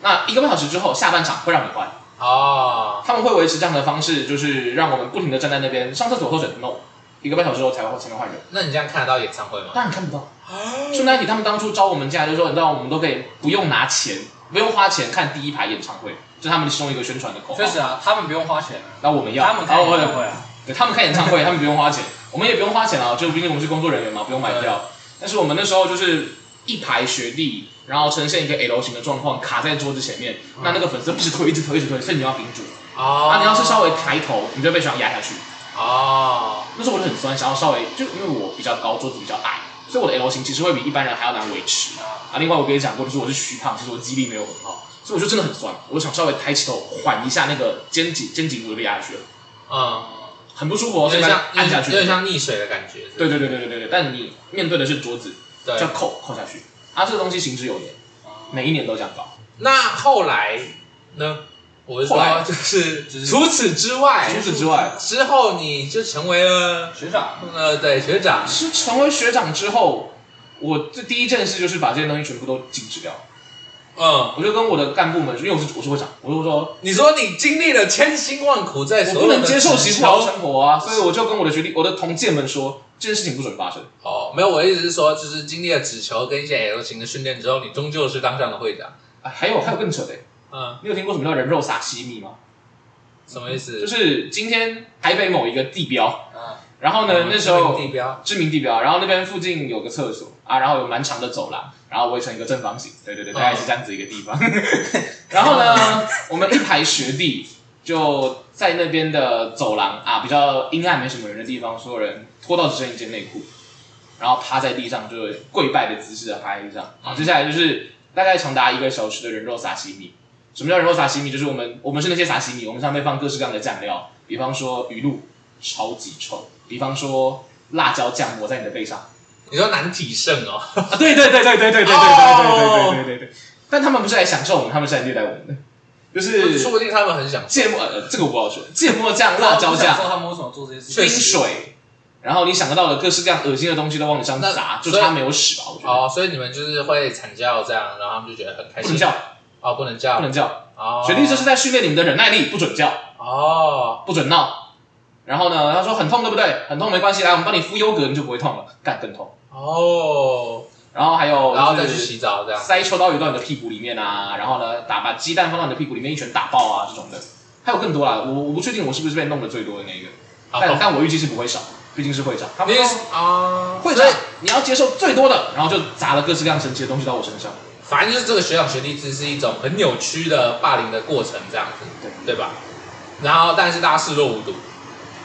那一个半小时之后，下半场会让你换。哦，他们会维持这样的方式，就是让我们不停的站在那边上厕所喝水，no，一个半小时后才会才能换人。那你这样看得到演唱会吗？当然看不到。顺带一提，他们当初招我们进来的时候，你知道我们都可以不用拿钱，不用花钱看第一排演唱会，这是他们其中一个宣传的 口号。确实，啊，他们不用花钱啊， 那我们要，他们开然后我演们唱会啊，对他们看演唱会，他们不用花钱，我们也不用花钱啊，就毕竟我们是工作人员嘛，不用买啊票。但是我们那时候就是一排学弟，然后呈现一个 L 型的状况，卡在桌子前面，那那个粉丝一直推，一直推，一直推，所以你要顶住。哦，啊，你要是稍微抬头，你就被学长压下去。哦，那时候我就很酸，想要稍微，就因为我比较高，桌子比较矮，所以我的 L 型其实会比一般人还要难维持啊。另外我跟你讲过，就是我是虚胖，其实我肌力没有很好，所以我就真的很酸，我就想稍微抬起头缓一下那个肩颈，肩颈我就被压下去了，嗯，很不舒服，有我现点在像按下去有点。像溺水的感觉，对对对对对对对，但你面对的是桌子，对就要扣扣下去啊，这个东西行之有年，每一年都这样搞。那后来呢？我是后说，来就是就是除此之外，除此之外，之后你就成为了学长，呃，对学长啊是成为学长之后，我这第一件事就是把这些东西全部都禁止掉。嗯，我就跟我的干部们说，因为我是我是会长，我就说你说你经历了千辛万苦，在我所不有的能接受指其不教好生活啊，所以我就跟我的学弟、我的同届们说，这件事情不准发生。哦，没有，我的意思是说，就是经历了纸球跟一些 L 型的训练之后，你终究是当上了会长。啊、还有还有更扯的，嗯，你有听过什么叫人肉撒西米吗？什么意思？就是今天台北某一个地标，啊，然后呢那时知候名地标，知名地标，然后那边附近有个厕所啊，然后有蛮长的走廊，然后围成一个正方形，对对对，大概是这样子一个地方。 然后呢，我们一排学弟就在那边的走廊啊，比较阴暗没什么人的地方，所有人脱到只剩一件内裤，然后趴在地上，就是跪拜的姿势地啊趴在地上。好，接下来就是大概长达一个小时的人肉撒西米。什么叫人肉撒西米？就是我们我们是那些撒西米，我们上面放各式各样的酱料，比方说鱼露，超级臭；比方说辣椒酱抹在你的背上。你说难体胜哦，啊， 对对对对对对对对对对对对对对。但他们不是来享受我们，他们是来虐待我们的，就说是不定他们很想芥末呃，这个我不好说，芥末酱、辣椒我想说 酱、他们为什么做这些事确冰实情？水，然后你想得到的各式各样恶心的东西都往你身上砸，就差没有屎吧，我觉得。哦，所以你们就是会惨叫这样，然后他们就觉得很开不心。能叫，哦，不能不叫，能叫，哦，学弟这是在训练你们的忍耐力，不准叫，哦，不准闹。然后呢，他说很痛，对不对？很痛没关系，来，我们帮你敷优格，你就不会痛了，干更痛。哦，然后还有，然后再去洗澡这样，塞秋刀鱼到你的屁股里面啊，然后呢，打把鸡蛋放到你的屁股里面一拳打爆啊，这种的，还有更多啊啦，我我不确定我是不是被弄得最多的那一个，但哦，但我预计是不会少，毕竟是会长，他你们也都是啊，会所长以你要接受最多的，然后就砸了各式各样神奇的东西到我身上，反正就是这个学长学弟制是一种很扭曲的霸凌的过程这样子，对对吧？然后但是大家视若无睹，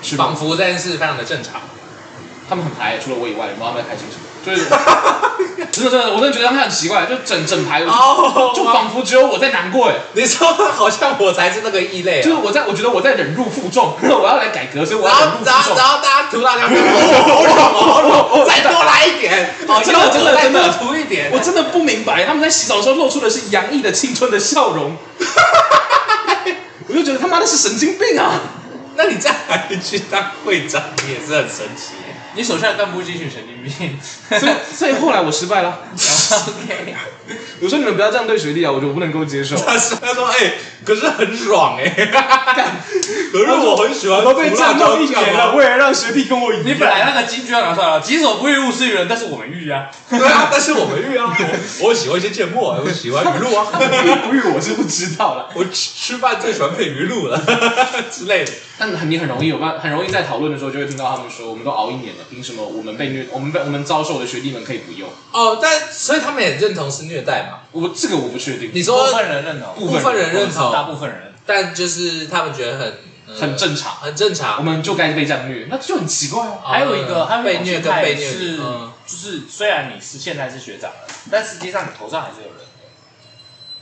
是吧仿？佛这件事非常的正常。他们很排，除了我以外，不知道他们在开心什么。就是，真 的真的，我真的觉得他们很奇怪，就整整排，我哦就就仿佛只有我在难过哎。你说好像我才是那个异类、就是啊，我在，我觉得我在忍辱负重， 我要来改革，所以我然要忍后辱然负后重然。后大家涂辣椒面，我再多来一点，哦，真的要真的再真多的涂一点，我真的不明白，他们在洗澡的时候露出的是洋溢的青春的笑容， 我就觉得他妈的是神经病啊！那你这样还去当会长，你也是很神奇。你手下的干部鸡群神经病。所以所以后来我失败了。 OK，我说你们不要这样对学弟啊，我就不能够接受。他说：“他说，哎、可是很爽哎、可是我很喜欢我都被战斗一年了，了。为了让学弟跟我一 样，你本来那个金句要拿出来了，啊己所不欲，勿施于人，但是我们欲啊。 对啊，但是我没遇啊， 我我喜欢一些芥末，我喜欢鱼露啊， 不遇我是不知道了。我吃吃饭最喜欢配鱼露了 之类的。但很你很容易有办，很容易在讨论的时候就会听到他们说，我们都熬一年了，凭什么我们被虐，我们被我们遭受的学弟们可以不用？哦，但所以他们也认同是虐待嘛？我这个我不确定。你部说，分人认同，部分人认同我们是大部分人。但就是他们觉得很、呃很正常很正我常。们就该被这样虐，那就很奇怪啊。还有一个，还有一被种虐心跟态被虐是，嗯就是虽然你是现在是学长了，但实际上你头上还是有人的，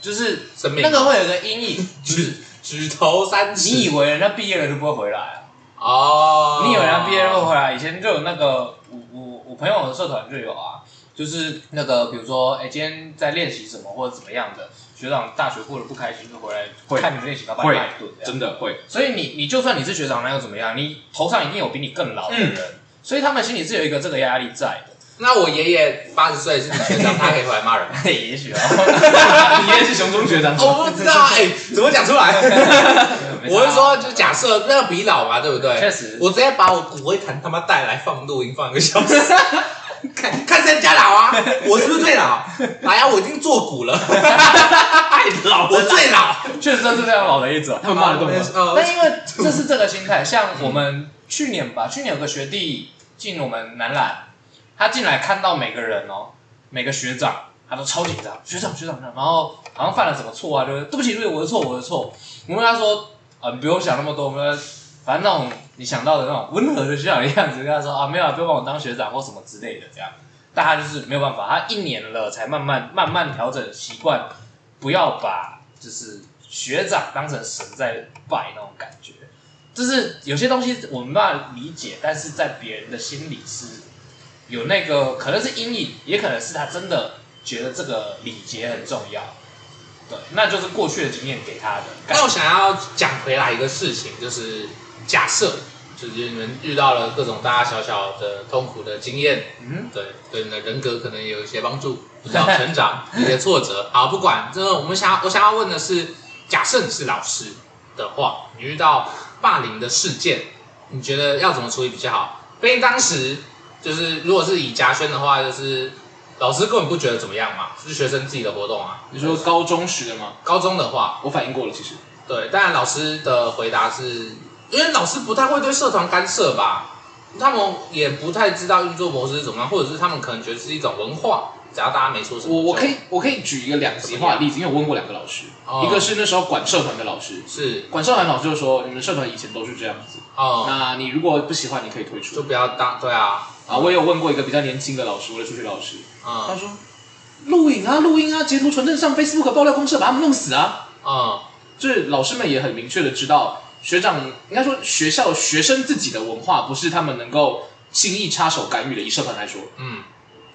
就是生命那个会有个阴 影，就是举举头三尺。你以为人家毕业了就不会回来啊？哦，你以为人家毕业了就会回来？以前就有那个我我我朋友的社团就有啊，就是那个比如说哎、今天在练习什么或者怎么样的，学长大学过得不开心就回来会看你们练习，然后把会你骂一顿这样。真的会，所以你你就算你是学长，那又怎么样？你头上一定有比你更老的人，所以他们心里是有一个这个压力在的。那我爷爷八十岁是你学长，他可以回来 骂人吗？ 也许啊， 你也是熊中学长。我不知道啊哎、怎么讲出来？ 没我差啊是说，就假设那个比老嘛，对不对？确实我直接把我骨灰坛他妈带来放录音，放一个小 时，看看谁家老啊？我是不是最老？来啊，我已经做骨了，太老我最老。确实这是非常老的一 种。 他们骂得动吗？呃但因为这是这个心态，像我们去年吧，去年有个学弟进我们男篮，他进来看到每个人哦，每个学长，他都超紧张，学长学长，学长然后好像犯了什么错啊，就是对不起对不起，我的错我的错。我们跟他说，啊、你不用想那么多，我们反正那种你想到的那种温和的学长的样子，跟他说啊没有啊，不要把我当学长或什么之类的这样。但他就是没有办法，他一年了才慢慢慢慢调整习惯，不要把就是学长当成神在拜那种感觉。就是有些东西我们没办法理解，但是在别人的心里是有那个可能是阴影，也可能是他真的觉得这个礼节很重要。对，那就是过去的经验给他的那感觉。我想要讲回来一个事情，就是假设，就是你们遇到了各种大大小小的痛苦的经验，嗯，对，对你的人格可能也有一些帮助，不知道成 长，一些挫折。好，不管，这个我们想要我想要问的是，假设你是老师的话，你遇到霸凌的事件，你觉得要怎么处理比较好？毕竟当时就是，如果是以夹轩的话，就是老师根本不觉得怎么样嘛，是学生自己的活动啊。你说高中时的吗？高中的话，我反应过了，其实对，当然老师的回答是，因为老师不太会对社团干涉吧，他们也不太知道运作模式是怎么样，或者是他们可能觉得是一种文化，只要大家没说什么就，我我可以我可以举一个两极化的例子，因为我问过两个老师，哦一个是那时候管社团的老师，是管社团老师就说你们社团以前都是这样子，哦、那你如果不喜欢你可以退就出。不要当对啊，啊，我也有问过一个比较年轻的老师，我的数学老师，他嗯说录影啊录音啊，截图传真上 Facebook 爆料公社，把他们弄死啊。嗯就是老师们也很明确的知道，学长应该说学校学生自己的文化不是他们能够轻易插手干预的，以社团来说。嗯，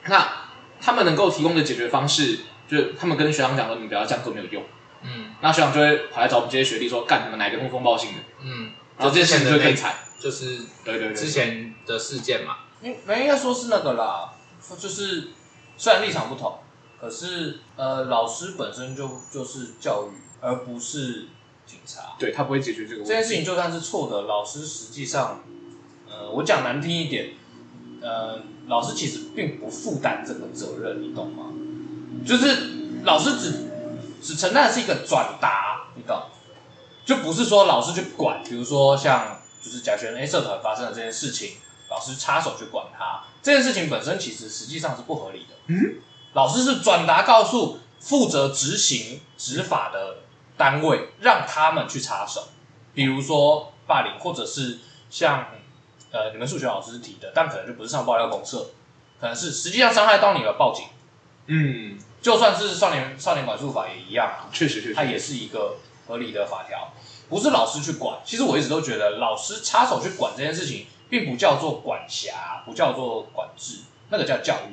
那他们能够提供的解决方式，就是他们跟学长讲说，你不要这样做没有用。嗯那学长就会跑来找我们这些学弟说，干你们哪个通风报信的，嗯，然后这件事情就会更惨。就是对对之对，前的事件嘛，应没应该说是那个啦，就是虽然立场不同，可是呃，老师本身就就是教育，而不是警察。对他不会解决这个这问件题。事情就算是错的，老师实际上，呃，我讲难听一点，呃，老师其实并不负担这个责任，你懂吗？就是老师只只承担的是一个转达，你懂？就不是说老师去管，比如说像就是甲学 A 社团发生的这件事情，老师插手去管他，这件事情本身其实实际上是不合理的。嗯，老师是转达告诉负责执行执法的单位，让他们去插手，比如说霸凌或者是像呃你们数学老师提的，但可能就不是上爆料公社，可能是实际上伤害到你了，报警。嗯，就算是少年少年管束法也一样啊，确实确实，它也是一个合理的法条，不是老师去管。其实我一直都觉得，老师插手去管这件事情，并不叫做管辖，不叫做管制，那个叫教育。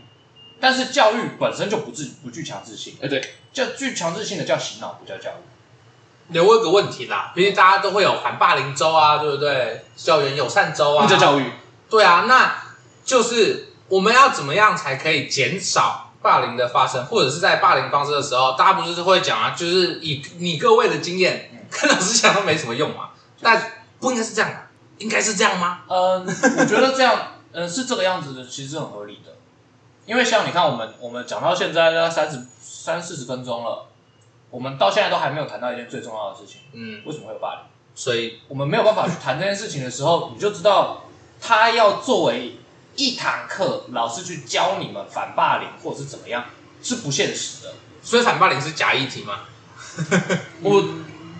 但是教育本身就不具不具强制性，哎对，叫具强制性的叫洗脑，不叫教育。留问个问题啦，毕竟大家都会有反霸凌周啊，对不对？校园友善周啊，这教育，对啊，那就是我们要怎么样才可以减少霸凌的发生，或者是在霸凌发生的时候，大家不是会讲啊，就是以你各位的经验嗯跟老师讲都没什么用嘛，那不应该是这样吧，应该是这样吗？嗯，我觉得这样，嗯，是这个样子的，其实是很合理的。因为像你看，我们我们讲到现在大概三十三四十分钟了，我们到现在都还没有谈到一件最重要的事情，嗯，为什么会有霸凌？所以我们没有办法去谈这件事情的时候， 你就知道他要作为一堂课，老师去教你们反霸凌或者是怎么样，是不现实的。所以反霸凌是假议题吗？我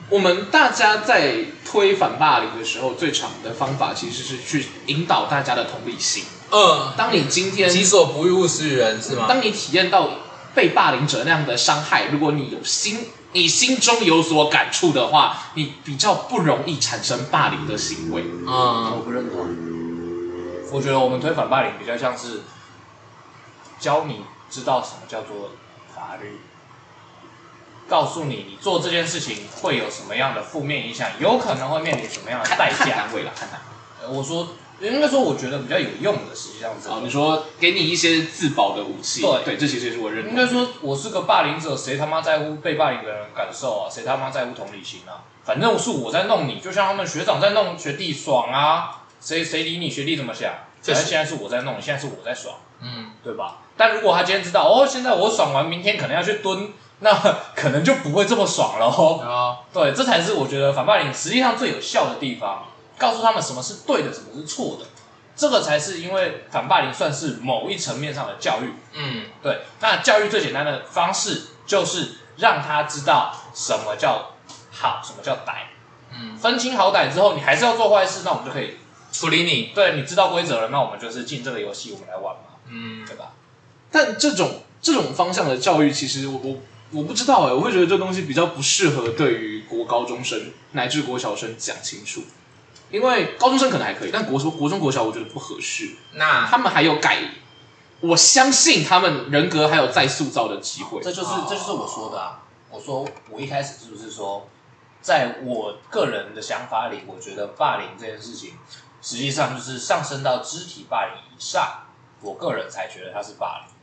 我们大家在推反霸凌的时候，最常的方法其实是去引导大家的同理心。嗯，当你今天己所不欲，勿施于人，是吗？当你体验到被霸凌者那样的伤害，如果你有心，你心中有所感触的话，你比较不容易产生霸凌的行为。嗯，不认同。我觉得我们推反霸凌比较像是教你知道什么叫做法律，告诉你你做这件事情会有什么样的负面影响，有可能会面临什么样的看代看 价。单位了，看单位。呃我说应该说，我觉得比较有用的，实际上是这个哦，你说给你一些自保的武器，对这其实也是我认应同该的。说，我是个霸凌者，谁他妈在乎被霸凌的人感受啊？谁他妈在乎同理心啊？反正是我在弄你，就像他们学长在弄学弟爽啊，谁谁理你学弟怎么想？确反实正现在是我在弄你，现在是我在爽，嗯，对吧？但如果他今天知道哦，现在我爽完，明天可能要去蹲，那可能就不会这么爽了哦。然后对，这才是我觉得反霸凌实际上最有效的地方，告诉他们什么是对的，什么是错的，这个才是因为反霸凌算是某一层面上的教育。嗯，对，那教育最简单的方式就是让他知道什么叫好，什么叫歹。嗯，分清好歹之后，你还是要做坏事，那我们就可以，处理你，对你知道规则了，那我们就是进这个游戏，我们来玩嘛，嗯，对吧？但这种这种方向的教育，其实我我我不知道哎，我会觉得这东西比较不适合对于国高中生乃至国小生讲清楚，因为高中生可能还可以，但国中国中国小我觉得不合适，那他们还有改，我相信他们人格还有再塑造的机会。这就是哦这就是我说的啊，我说我一开始是不是说，在我个人的想法里，我觉得霸凌这件事情，实际上就是上升到肢体霸凌以上，我个人才觉得它是霸凌。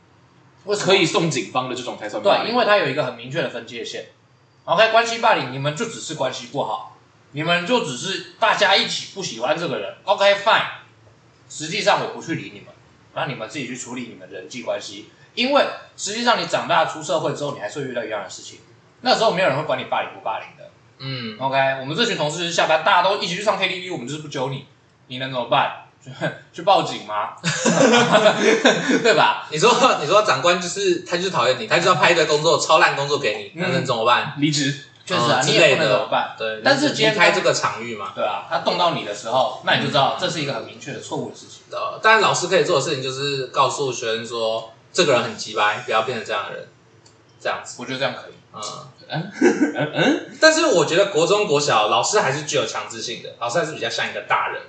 为什么可以送警方的这种才算霸对，凌因为它有一个很明确的分界线。OK，关系霸凌，你们就只是关系不好，你们就只是大家一起不喜欢这个人。OK，fine、实际上我不去理你们，让你们自己去处理你们人际关系，因为实际上你长大出社会之后，你还是会遇到一样的事情。那时候没有人会管你霸凌不霸凌的。嗯， OK，我们这群同事就是下班大家都一起去上 KTV，我们就是不揪你，你能怎么办？去 去报警吗？ 对吧？你说你说长官就是他就是讨厌你，他就要派一堆工作超烂工作给你，那能怎么办？离职，确实啊，嗯你之也类不能怎么的办。对，但是你今天离开这个场域嘛，对啊，他动到你的时候，那你就知道这是一个很明确的错误的事情。呃，当然老师可以做的事情就是告诉学生说，这个人很鸡掰，不要变成这样的人，这样子，我觉得这样可以。嗯。 嗯嗯，但是我觉得国中、国小老师还是具有强制性的，老师还是比较像一个大人，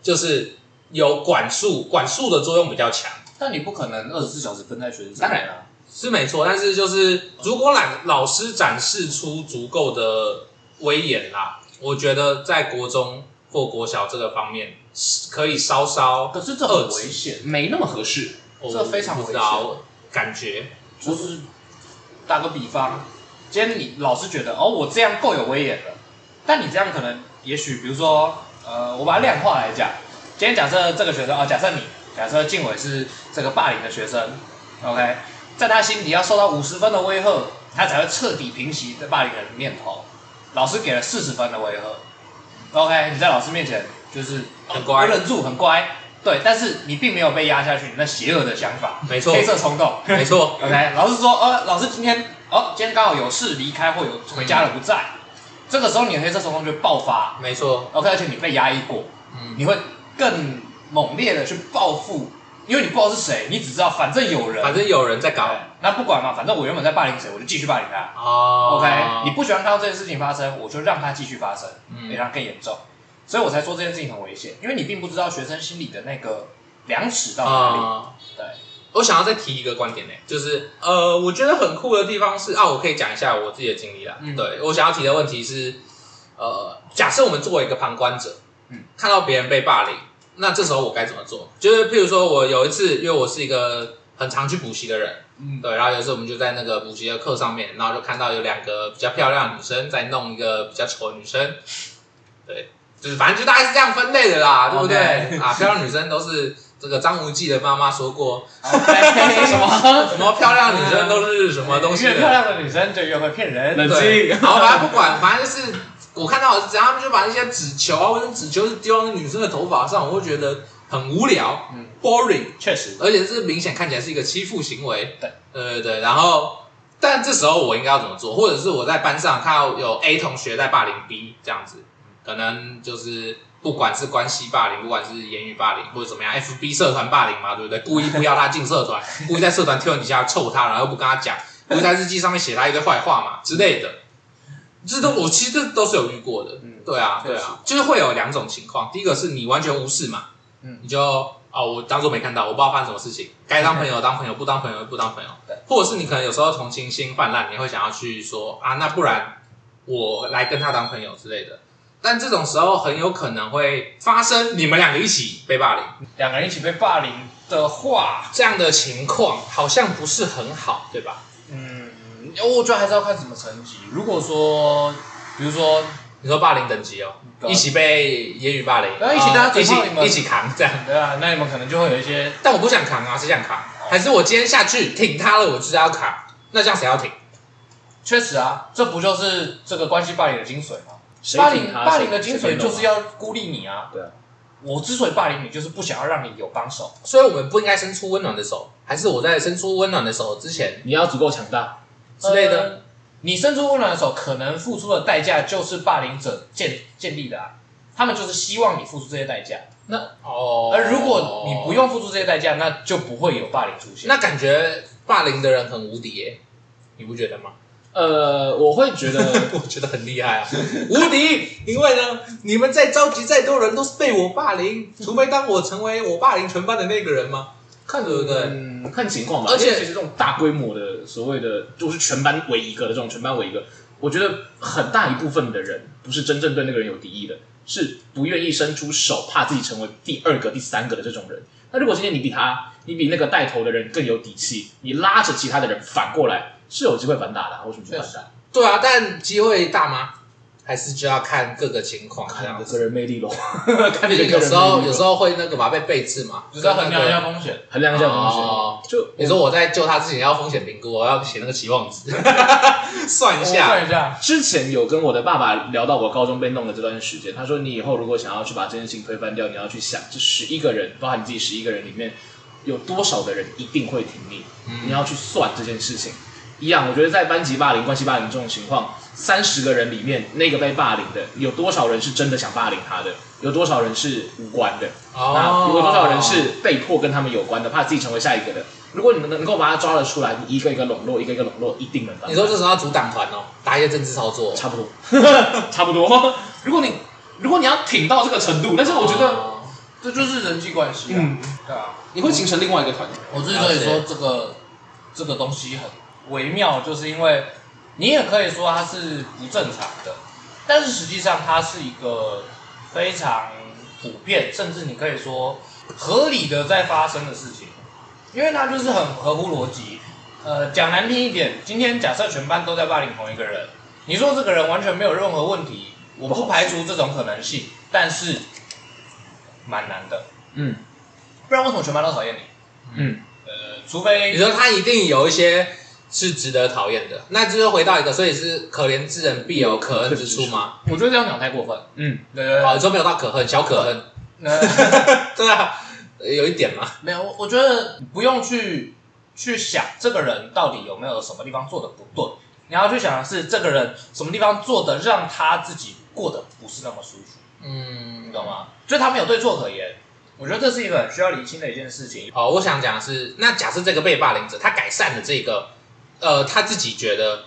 就是有管束，管束的作用比较强，但你不可能二十四小时分在学生身上。当然啊，是没错。但是就是如果懒老师展示出足够的威严啦，我觉得在国中或国小这个方面是可以稍稍可是这很危险，啊没那么合适。我这非常不知危道险我感觉，就是打个比方，今天你老师觉得哦，我这样够有威严了，但你这样可能，也许比如说，呃，我把它量化来讲，今天假设这个学生哦，假设你，假设静伟是这个霸凌的学生，OK，在他心里要受到五十分的威吓，他才会彻底平息这霸凌的念头。老师给了四十分的威吓，OK，你在老师面前就是很乖我忍住，很乖，对，但是你并没有被压下去，你那邪恶的想法，没错黑色冲动，没错， OK，老师说，哦，老师今天，哦，今天刚好有事离开或有回家了不在，这个时候你的黑色冲动就会爆发没错， ，OK，而且你被压抑过，嗯你会更猛烈的去报复，因为你不知道是谁，你只知道反正有人，反正有人在搞对那不管嘛，反正我原本在霸凌谁，我就继续霸凌他。哦 OK，你哎不喜欢看到这件事情发生，我就让它继续发生，嗯也让它更严重。所以我才说这件事情很危险，因为你并不知道学生心里的那个量尺到哪里。啊、对，我想要再提一个观点呢、就是呃，我觉得很酷的地方是啊，我可以讲一下我自己的经历啦。嗯对我想要提的问题是，呃，假设我们作为一个旁观者，嗯看到别人被霸凌，那这时候我该怎么做？就是譬如说我有一次，因为我是一个很常去补习的人，嗯，对，然后有一次我们就在那个补习的课上面，然后就看到有两个比较漂亮的女生在弄一个比较丑的女生，对，就是反正就大概是这样分类的啦，对不对 OK 啊，漂亮女生都是这个张无忌的妈妈说过， OK，什么？什么漂亮女生都是什么东西越漂 的，亮的女生就越会骗人。冷对，静然。后反正不管，反正就是我看到的是这样，他们就把那些纸球啊或者纸球是丢到那女生的头发上，我会觉得很无聊、嗯 b o r i n g 确实，而且是明显看起来是一个欺负行为。对，对对对。然后，但这时候我应该要怎么做？或者是我在班上看到有 A 同学在霸凌 B 这样子，可能就是不管是关系霸凌，不管是言语霸凌或者怎么样，FB 社团霸凌嘛，对不对？故意不要他进 社团，故意在社团贴文底下臭他，然后又不跟他讲，故意在日记上面写他一堆坏话嘛之类的。这都我其实这都是有遇过的，嗯对啊，确对实啊，就是会有两种情况，第一个是你完全无视嘛，嗯你就哦，我当做没看到，我不知道发生什么事情，该当朋友当朋友，不当朋友不当朋友嗯对，或者是你可能有时候同情心泛滥，你会想要去说啊，那不然我来跟他当朋友之类的，但这种时候很有可能会发生你们两个一起被霸凌两个人一起被霸凌的话，这样的情况，好像不是很好，对吧？嗯，我觉得还是要看什么层级。如果说，比如说，你说霸凌等级哦，对啊一起被言语霸凌，对啊一起大家哦一嘴炮你起们一起扛这样。 对啊，那你们可能就会有一些但我不想扛啊，谁想扛？还是我今天下去挺他了，我就是要扛。那这样谁要挺？确实啊，这不就是这个关系霸凌的精髓吗？谁霸挺凌他霸谁凌的精谁髓弄啊就是要孤立你啊。对啊我之所以霸凌你，就是不想要让你有帮手。所以我们不应该伸出温暖的手，还是我在伸出温暖的手之前你要足够强大，之类的？呃你伸出温暖的手，可能付出的代价就是霸凌者建建立的啊。他们就是希望你付出这些代价，哦而呃如果你不，用付出这些代价，那就不会有霸凌出 现。那感觉霸凌的人很无敌耶、你不觉得吗？呃，我会觉得 我觉得很厉害啊，无敌！因为呢，你们再着急再多人，都是被我霸凌，除非当我成为我霸凌全班的那个人吗？看对不对？嗯，看情况吧。而且因为其实这种大规模的所谓的，就是全班为一个的这种全班为一个，我觉得很大一部分的人不是真正对那个人有敌意的，是不愿意伸出手，怕自己成为第二个、第三个的这种人。那如果今天你比他，你比那个带头的人更有底气，你拉着其他的人反过来，是有机会反打的啊。为什么不反打？对啊，但机会大吗？还是就要看各个情况这看样你的子。个人魅力咯，看而你且的个有人时候魅力有时咯，候会那个嘛被背刺嘛，就是要衡量一下风险。衡量一下风哦险。就你说我在救他之前要风险评估，我要写那个期望值，算一我下。算一下，之前有跟我的爸爸聊到我高中被弄的这段时间，他说你以后如果想要去把这件事情推翻掉，你要去想这十一个人，包含你自己十一个人里面有多少的人一定会挺你，你要去算这件事情。一样，我觉得在班级霸凌、关系霸凌这种情况，三十个人里面那个被霸凌的有多少人是真的想霸凌他的，有多少人是无关的。哦那有多少人是被迫跟他们有关的，怕自己成为下一个的？如果你们能够把他抓了出来，你一个一个笼络，一个一个笼络，一定能把他你说这时候要组党团哦，打一些政治操作。差不多， 差不多。如果你如果你要挺到这个程度，但是我觉得，哦这就是人际关系啊。嗯，对啊。你会形成另外一个团体。我之所以了说解这个这个东西很微妙，就是因为你也可以说它是不正常的，但是实际上它是一个非常普遍，甚至你可以说合理的在发生的事情，因为它就是很合乎逻辑。呃，讲难听一点，今天假设全班都在霸凌同一个人，你说这个人完全没有任何问题，我不排除这种可能性，但是蛮难的，嗯不然为什么全班都讨厌你？嗯，呃，除非你说他一定有一些是值得讨厌的，那就是回到一个，所以是可怜之人必有可恨之处吗？我觉得这样讲太过分。嗯，对对哦，你对，说没有到可恨，小可恨，那对啊，有一点嘛。呃 没有，我我觉得不用去去想这个人到底有没有什么地方做的不对，你要去想的是这个人什么地方做的让他自己过得不是那么舒服。嗯，你懂吗？就他没有对错可言，我觉得这是一个很需要理清的一件事情。哦，我想讲的是，那假设这个被霸凌者他改善了这个，呃，他自己觉得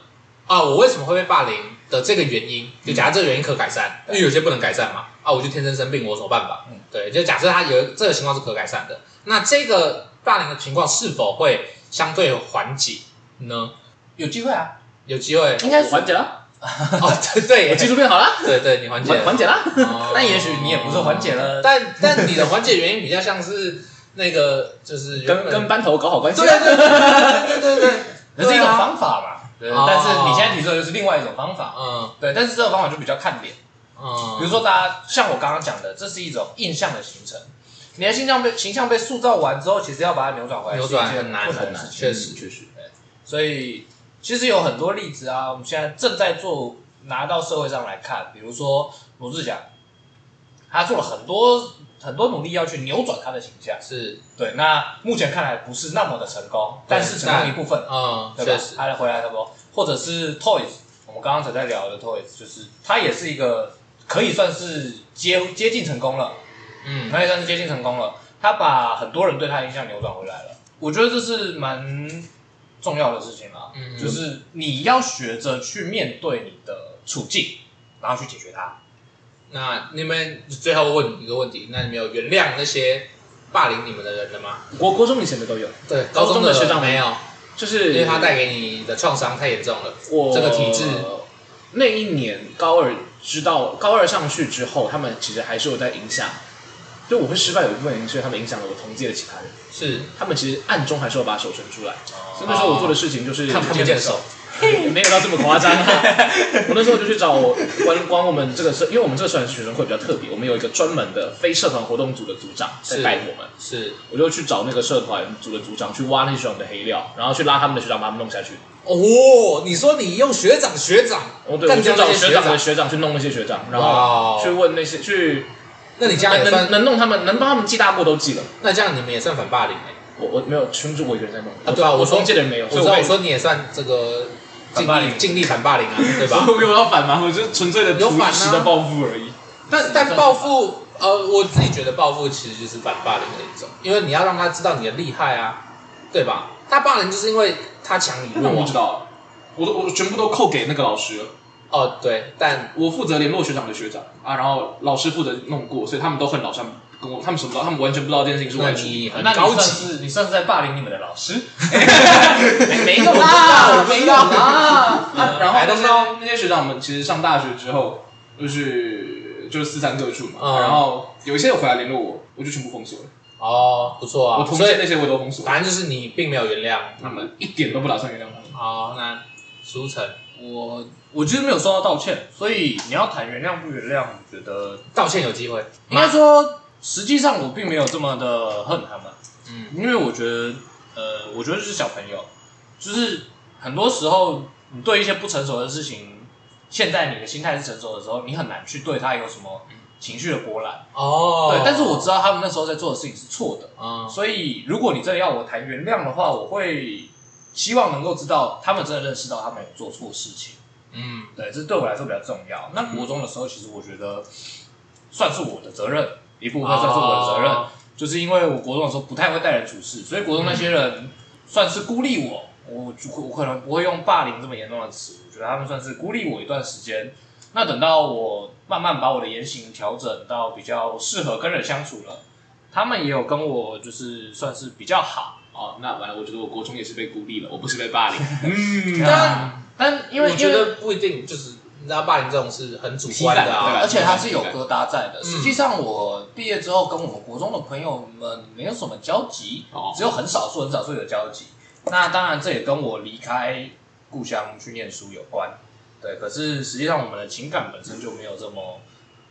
啊、我为什么会被霸凌的这个原因，就假设这个原因可改善，因为有些不能改善嘛，啊，我就天生生病，我有什么办法？嗯对，就假设他有这个情况是可改善的，那这个霸凌的情况是否会相对缓解呢？有机会啊，有机会应该缓解了，哦，对对我技术变好了，对对，你缓解缓缓解了。哦但也许你也不是缓解了，但但你的缓解原因比较像是那个，就是原跟本跟班头搞好关系对啊，对对对对对，这是一对种啊方法嘛。对，哦但是你现在提出的就是另外一种方法。嗯对，但是这个方法就比较看脸。嗯，比如说，大家像我刚刚讲的，这是一种印象的形成。你的形象被形象被塑造完之后，其实要把它扭转回来，扭转是一件很难困难很的难事情。确实确实，所以其实有很多例子啊，我们现在正在做拿到社会上来看，比如说罗志祥，他做了很多很多努力要去扭转他的形象。是对，那目前看来不是那么的成功，但是成功一部分，嗯，对确吧实？他回来差不多，或者是 Toys，我们刚刚才在聊的 Toys，就是他也是一个可以算是接接近成功了。嗯那也算是接近成功了。他把很多人对他的印象扭转回来了，我觉得这是蛮重要的事情啦。嗯就是你要学着去面对你的处境，然后去解决它。那你们最后问一个问题，那你们有原谅那些霸凌你们的人了吗？国国中以前的都有，对，高中中的学长没有，就是因为他带给你的创伤太严重了。我这个体制。那一年高二知道高二上去之后，他们其实还是有在影响。就我会失败有一部分原因，是因为他们影响了我同届的其他人。是他们其实暗中还是要把手伸出来。所以那时候我做的事情就是哦看不见手，没有到这么夸张、啊。我那时候就去找关关我们这个社，因为我们这个社团是学生会比较特别，我们有一个专门的非社团活动组的组长在是带我们。是我就去找那个社团组的组长去挖那些学长的黑料，然后去拉他们的学长把他们弄下去。哦，你说你用学长学长哦，对，我干就掉找那些学学长的长，学长去弄那些学长，然哇后哦去问那些去那你这样也能能算，能弄他们能帮他们记大过都记了。那这样你们也算反霸凌欸我我没有，全部是我一个人在弄。啊？对啊，我我说中介的人没有，我所以知道，被我说你也算这个反尽霸凌力尽力反霸凌啊，对 吧？ 我没有要反吗？我就纯粹的有反啊时的报复而已。但但报复，呃，我自己觉得报复其实就是反霸凌的一种，因为你要让他知道你的厉害啊，对吧？他霸凌就是因为他强你弱我啊知。道，我都我全部都扣给那个老师了，哦，对，但我负责联络学长的学长啊，然后老师负责弄过，所以他们都恨老师，他们跟我他们什么都，他们完全不知道这件事情是我那在处理。你很那高你算级，是你算是在霸凌你们的老 师？哎没有啊啦没有啦啊，然后 I 那 don't 些 know 那些学长们，其实上大学之后就是就是四散各处嘛，嗯然后有一些有回来联络我，我就全部封锁了。哦，不错我啊。同所届以那些我都封锁了，反正就是你并没有原谅。他们一点都不打算原谅他们。好，那苏晨我我就是没有收到道歉，所以你要谈原谅不原谅，我觉得道歉有机会，应该说，实际上我并没有这么的恨他们。嗯，因为我觉得，呃，我觉得就是小朋友，就是很多时候你对一些不成熟的事情，现在你的心态是成熟的时候，你很难去对他有什么情绪的波澜。哦，对，但是我知道他们那时候在做的事情是错的，嗯，所以如果你真的要我谈原谅的话，我会希望能够知道他们真的认识到他们有做错事情。嗯对，这对我来说比较重要。那国中的时候，其实我觉得算是我的责任，一部分算是我的责任，哦就是因为我国中的时候不太会待人处事，所以国中那些人算是孤立我，我我可能不会用霸凌这么严重的词，我觉得他们算是孤立我一段时间。那等到我慢慢把我的言行调整到比较适合跟人相处了，他们也有跟我就是算是比较好，哦，那完了，我觉得我国中也是被孤立了，我不是被霸凌。嗯，但但因为我觉因为得不一定，就是你知道霸凌这种是很主批观判的对吧啊，而且它是有疙瘩在的。嗯实际上，我毕业之后跟我们国中的朋友们没有什么交集哦，只有很少数、很少数有交集。那当然，这也跟我离开故乡去念书有关。对，可是实际上我们的情感本身就没有这么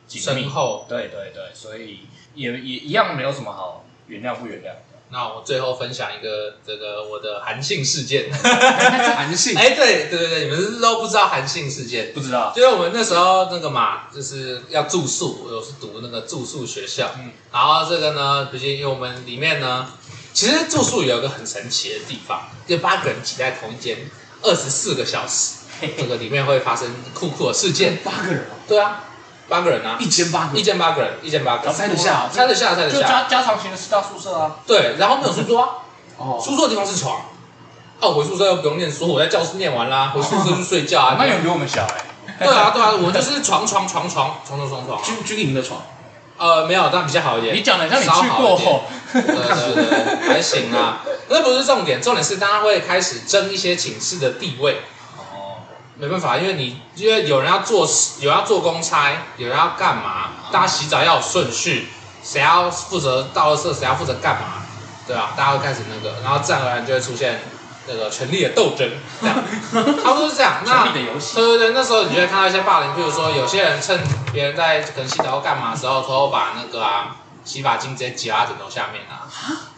紧密深。厚。对对对，所以也也一样没有什么好原谅不原谅的。那我最后分享一个这个我的韩信事 件。韩信，哎、对对对对，你们是都不知道韩信事件，不知道，就是我们那时候那个嘛，就是要住宿，我是读那个住宿学校，嗯然后这个呢，毕竟因为我们里面呢，其实住宿有一个很神奇的地方，就八个人挤在同一间二十四个小时，这个里面会发生酷酷的事件，八个人哦，对啊，八个人嗯啊，一千八个一，间八个人，一间八个人，塞得下塞得下，塞得就下。加加长型的四大宿舍啊，对，然后没有书桌啊，哦，书桌的地方是床。啊，我回宿舍又不用念书，我在教室念完啦，回宿舍去睡觉啊。那有比我们小哎、对啊，对啊，我就是床床床床床床床床。哦军军营的床，呃，没有，但比较好一点。你讲的像你去过稍好后，对对对，还行啊。那不是重点，重点是大家会开始争一些寝室的地位。哦，没办法，因为你因为有人要做事，有人要做公差，有人要干嘛，大家洗澡要有顺序，谁要负责倒垃圾，谁要负责干嘛，对吧、大家会开始那个，然后自然而然就会出现那个权力的斗争，这样，差不多是这样。那权力的游戏，对对对，那时候你就会看到一些霸凌，譬如说有些人趁别人在可能洗澡或干嘛的时候，偷偷把那个啊洗发精直接挤到他枕头下面啊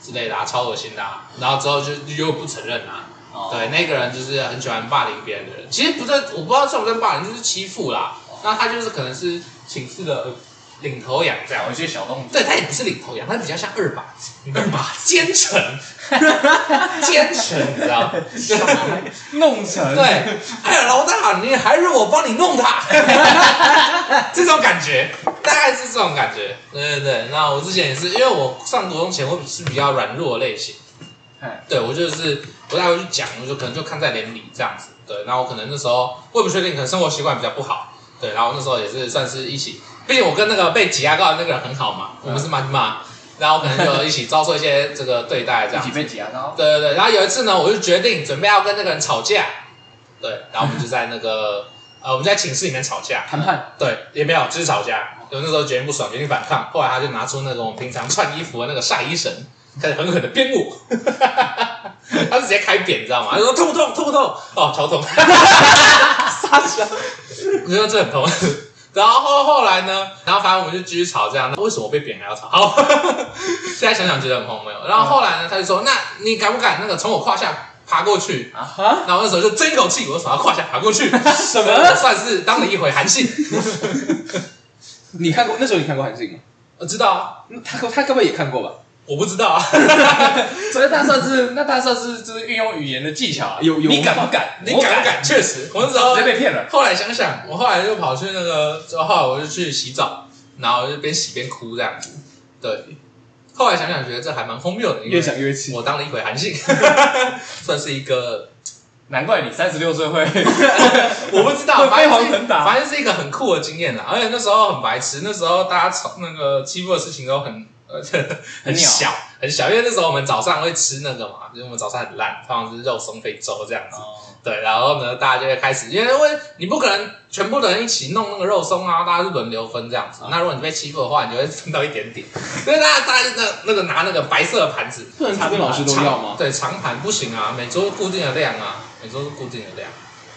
之类的、啊，超恶心的、啊。然后之后就又不承认啊， 哦对，那个人就是很喜欢霸凌别人的人。其实不是，我不知道算不算霸凌，就是欺负啦。那他就是可能是寝室的呃领头羊这样有。一些小动作，对他也不是领头羊，他比较像二把子，二把奸臣，奸臣，你知道吗？弄 成对，，哎呀，老大，你还是我帮你弄他， 这种感觉，大概是这种感觉。对对对，那我之前也是，因为我上国中前我是比较软弱的类型哎，对我就是不太会去讲，我就可能就看在眼里这样子。对，然后我可能那时候我也不确定，可能生活习惯比较不好。对，然后那时候也是算是一起，毕竟我跟那个被挤压到的那个人很好嘛，我们是妈妈，然后可能就一起遭受一些这个对待这一样起子。被挤压到，对对对，然后有一次呢，我就决定准备要跟那个人吵架，对，然后我们就在那个呃我们在寝室里面吵架，谈判对，也没有就是吵架，有那时候决定不爽，决定反抗，后来他就拿出那种平常穿衣服的那个晒衣绳，开始狠狠的鞭我， 他是直接开扁，你知道吗？他说痛不痛？痛不痛？哦，超痛， 傻笑，你说这很痛。然后后后来呢，然后反正我们就继续吵这样。那为什么被扁还要吵？好， 现在想想觉得很荒谬。然嗯后后来呢，他就说：“那你敢不敢那个从我胯下爬过去？”啊哈，然后那时候就争一口气，我就从他胯下爬过去，什我？算是当了一回韩信。你看过那时候你看过韩信吗？我知道啊，那他他根本也看过吧？我不知道 啊，所以那算是那他算是就是运用语言的技巧啊，有有你敢不敢？哦你我敢不敢？确实，我那时直候接被骗了，后来想想，我后来就跑去那个，就后来啊我就去洗澡，然后就边洗边哭这样子。对，后来想想觉得这还蛮荒谬的，因越为想越气。我当了一回韩 信，算是一个难怪你三十六岁 会我不知道，会反飞正是黄腾达反正是一个很酷的经验啦。而且那时候很白痴，那时候大家吵那个欺负的事情都很呃很小很小，因为那时候我们早上会吃那个嘛，因为我们早上很烂，通常是肉松配粥这样子。哦，对，然后呢，大家就会开始，因为因为你不可能全部的人一起弄那个肉松啊，大家是轮流分这样啊子。那如果你被欺负的话，你就会分到一点点。所以大家大家那那个拿那个白色的盘子，不能长跟老师都长要吗对，长盘不行啊，每周固定的量啊，每周是固定的量。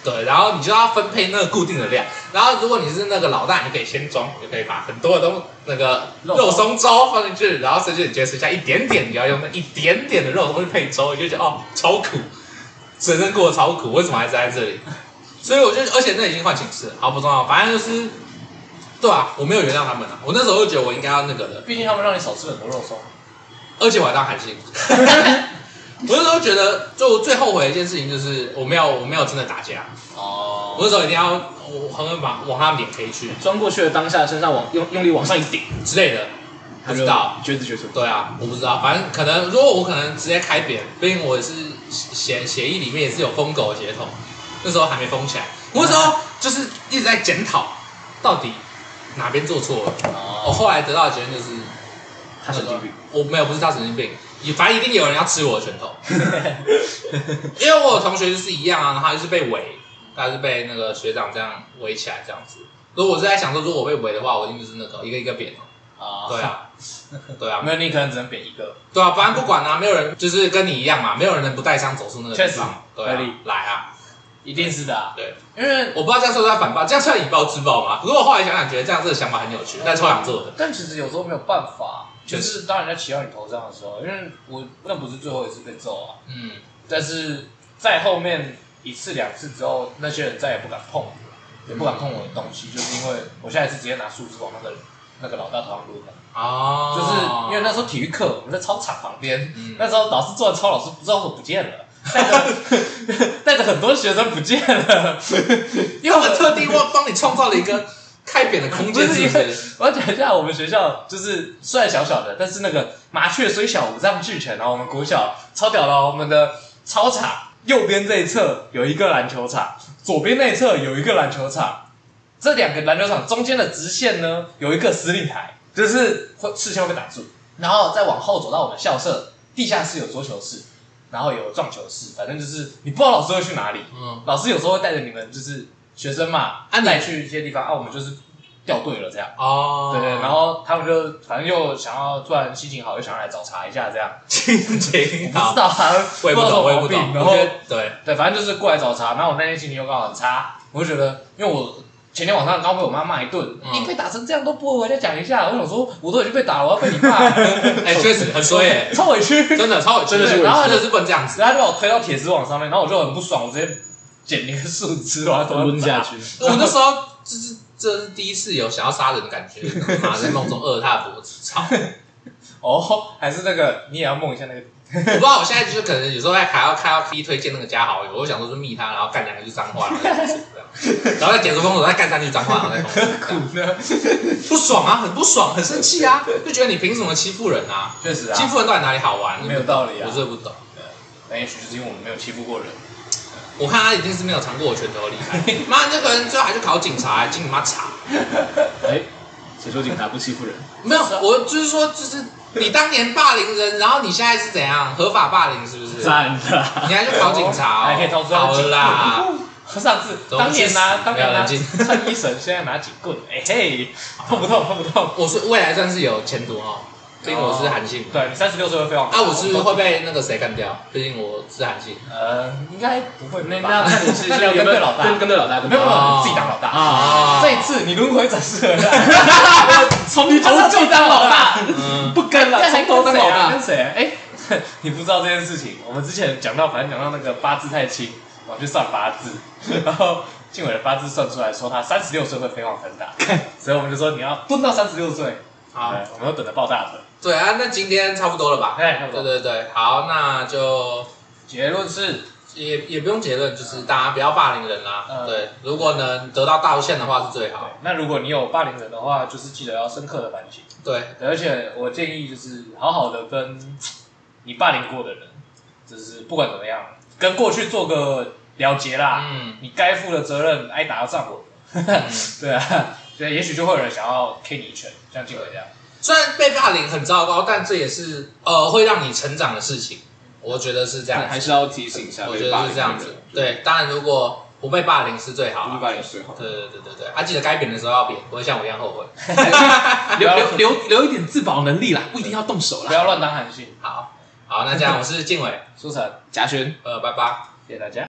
对，然后你就要分配那个固定的量。然后如果你是那个老大，你可以先装，你就可以把很多的东那个肉肉松粥放进去，然后甚至你觉得剩下一点点，你要用那一点点的肉松去配粥，你就觉得哦超苦，人生过得超苦，为什么还是在这里？所以我就，而且那已经换寝室了，好不重要，反正就是，对啊，我没有原谅他们啊，我那时候就觉得我应该要那个的，毕竟他们让你少吃很多肉松，而且我还当韩 信。我那时候觉得，就我最后悔的一件事情就是，我没有我没有真的打架，我哦，那时候一定要我狠狠把往他们脸黑去钻过去的当下，身上往用用力往上一顶，之类的，不知道。绝子绝孙。对啊，我不知道，反正可能如果我可能直接开扁，毕竟我也是协协议里面也是有疯狗的血统，那时候还没封起来，我那时候就是一直在检讨到底哪边做错了。我哦，后来得到的结论就是，他神经 病，我没有不是他神经病，也反正一定有人要吃我的拳头，因为我有同学就是一样啊，他就是被围，他是被那个学长这样围起来这样子。如果我是在想说，如果我被围的话，我一定就是那个一个一个扁。哦哦 啊对，啊， 对啊，没有你可能只能扁一个，对啊，反正不管啊，没有人就是跟你一样嘛，没有人能不带伤走出那个地确实方。对合理啊，来啊，一定是的啊，对，因为我不知道这样算不算反暴，这样算以暴制暴吗？如果后来想想，觉得这样这个想法很有趣，但超想做的。但其实有时候没有办法，就是当人家骑到你头上的时哦候，因为我那不是最后一次被揍啊，嗯，但是在后面一次两次之后，那些人再也不敢碰我，也不敢碰我的东西，就是因为我下一次直接拿树枝往那个那个老大头上撸的，哦，就是因为那时候体育课我们在操场旁边，嗯那时候老师做的操，老师不知道为什么不见了。带着 带着很多学生不见了，因为因为我我们特地我帮你创造了一个太扁的空间不是是不是？ 我要讲一下我们学校，就是虽然小小的，但是那个麻雀虽小，五脏俱全。然后我们国小超屌了，我们的操场右边这一侧有一个篮球场，左边那一侧有一个篮球场。这两个篮球场中间的直线呢，有一个司令台，就是会视线会被挡住。然后再往后走到我们校舍地下室有桌球室，然后有撞球室，反正就是你不知道老师会去哪里。嗯，老师有时候会带着你们，就是学生嘛，安排去一些地方啊，我们就是掉队了这样。哦，对 对，然后他们就反正又想要突然心情好，又想要来找茬一下这样，心我情不知好，道他我也不懂，我也不懂，然我后觉得 对，对，反正就是过来找茬。然后我那天心情又刚好很差，我就觉得，因为我前天晚上刚被我妈骂一顿，嗯你被打成这样都不回家讲一下，我想说我都已经被打了，我要被你骂，哎，确实很衰耶，超委屈。真的超委屈，真的是委屈然后就是不能这样子，然后他就把我推到铁丝网上面，然后我就很不爽，我直接捡那个树枝啊往他头上抡下砸去，我那时候就是这是第一次有想要杀人的感 觉，妈在梦中扼他的脖子，操！我哦，还是那个你也要梦一下那个不知道我现在就是可能有时候还还要看到 P 推荐那个加好友，我想说就密他，然后干两句脏话，然后再结束这样然后再解除封锁，再干三句脏话，然后再封锁这样苦呢？不爽啊，很不爽，很生气啊，就觉得你凭什么欺负人啊？确实欺啊，负人到底哪里好玩？没有道理啊我真的不懂。那也许就是因为我们没有欺负过人。我看他一定是没有尝过我拳头厉害。 妈，那个人最后还去考警察，进你妈查。哎，谁说警察不欺负人？没有，我就是说，就是你当年霸凌人，然后你现在是怎样合法霸凌是不是？赞的，你还去考警察、哦？还可以掏出来好了啦，上次怎么当年拿去死当没有年拿人进穿衣绳，现在拿警棍，哎嘿，痛不痛？痛不痛？我是未来算是有前途哦，毕竟我是韩信。哦对你三十六岁会飞往啊，我是不是会被那个谁干掉？毕竟我是韩信。呃，应该不会那吧？那 看你是那你要跟对老大，跟跟对老大，没有没有，哦你自己当老大。啊，这一次你轮回转世而来， 从头就当老大，嗯，不跟了，从头当老啊？大跟。谁啊？哎， 你不知道这件事情，我们之前讲到，反正讲到那个八字太轻，我去算八字， 然后静伟的八字算出来说他三十六岁会飞黄 腾达，所以我们就说你要蹲到三十六岁，好哎对，我们都等着抱大腿。对啊，那今天差不多了吧？哎差不多对对对，好，那就结论是，也也不用结论，就是大家不要霸凌人啦、嗯对，如果能得到道歉的话是最好。那如果你有霸凌人的话，就是记得要深刻的反省，对，对而且我建议就是好好的跟你霸凌过的人，就是不管怎么样，跟过去做个了结啦。嗯，你该负的责任，挨打要上我。对啊， 所以也许就会有人想要 K 你一拳，像静伟这样。虽然被霸凌很糟糕，但这也是呃会让你成长的事情，我觉得是这样还子。是要提醒一下，啊我觉得是这样子。对，当然如果不被霸凌是最好不是啊。霸凌最好。对对对对对，啊，记得该扁的时候要扁，不会像我一样后悔。留留留留一点自保能力啦，不一定要动手不。要乱当韩信，好，好，那这样，我是静伟，苏晨，嘉轩，呃，拜拜。谢谢大家。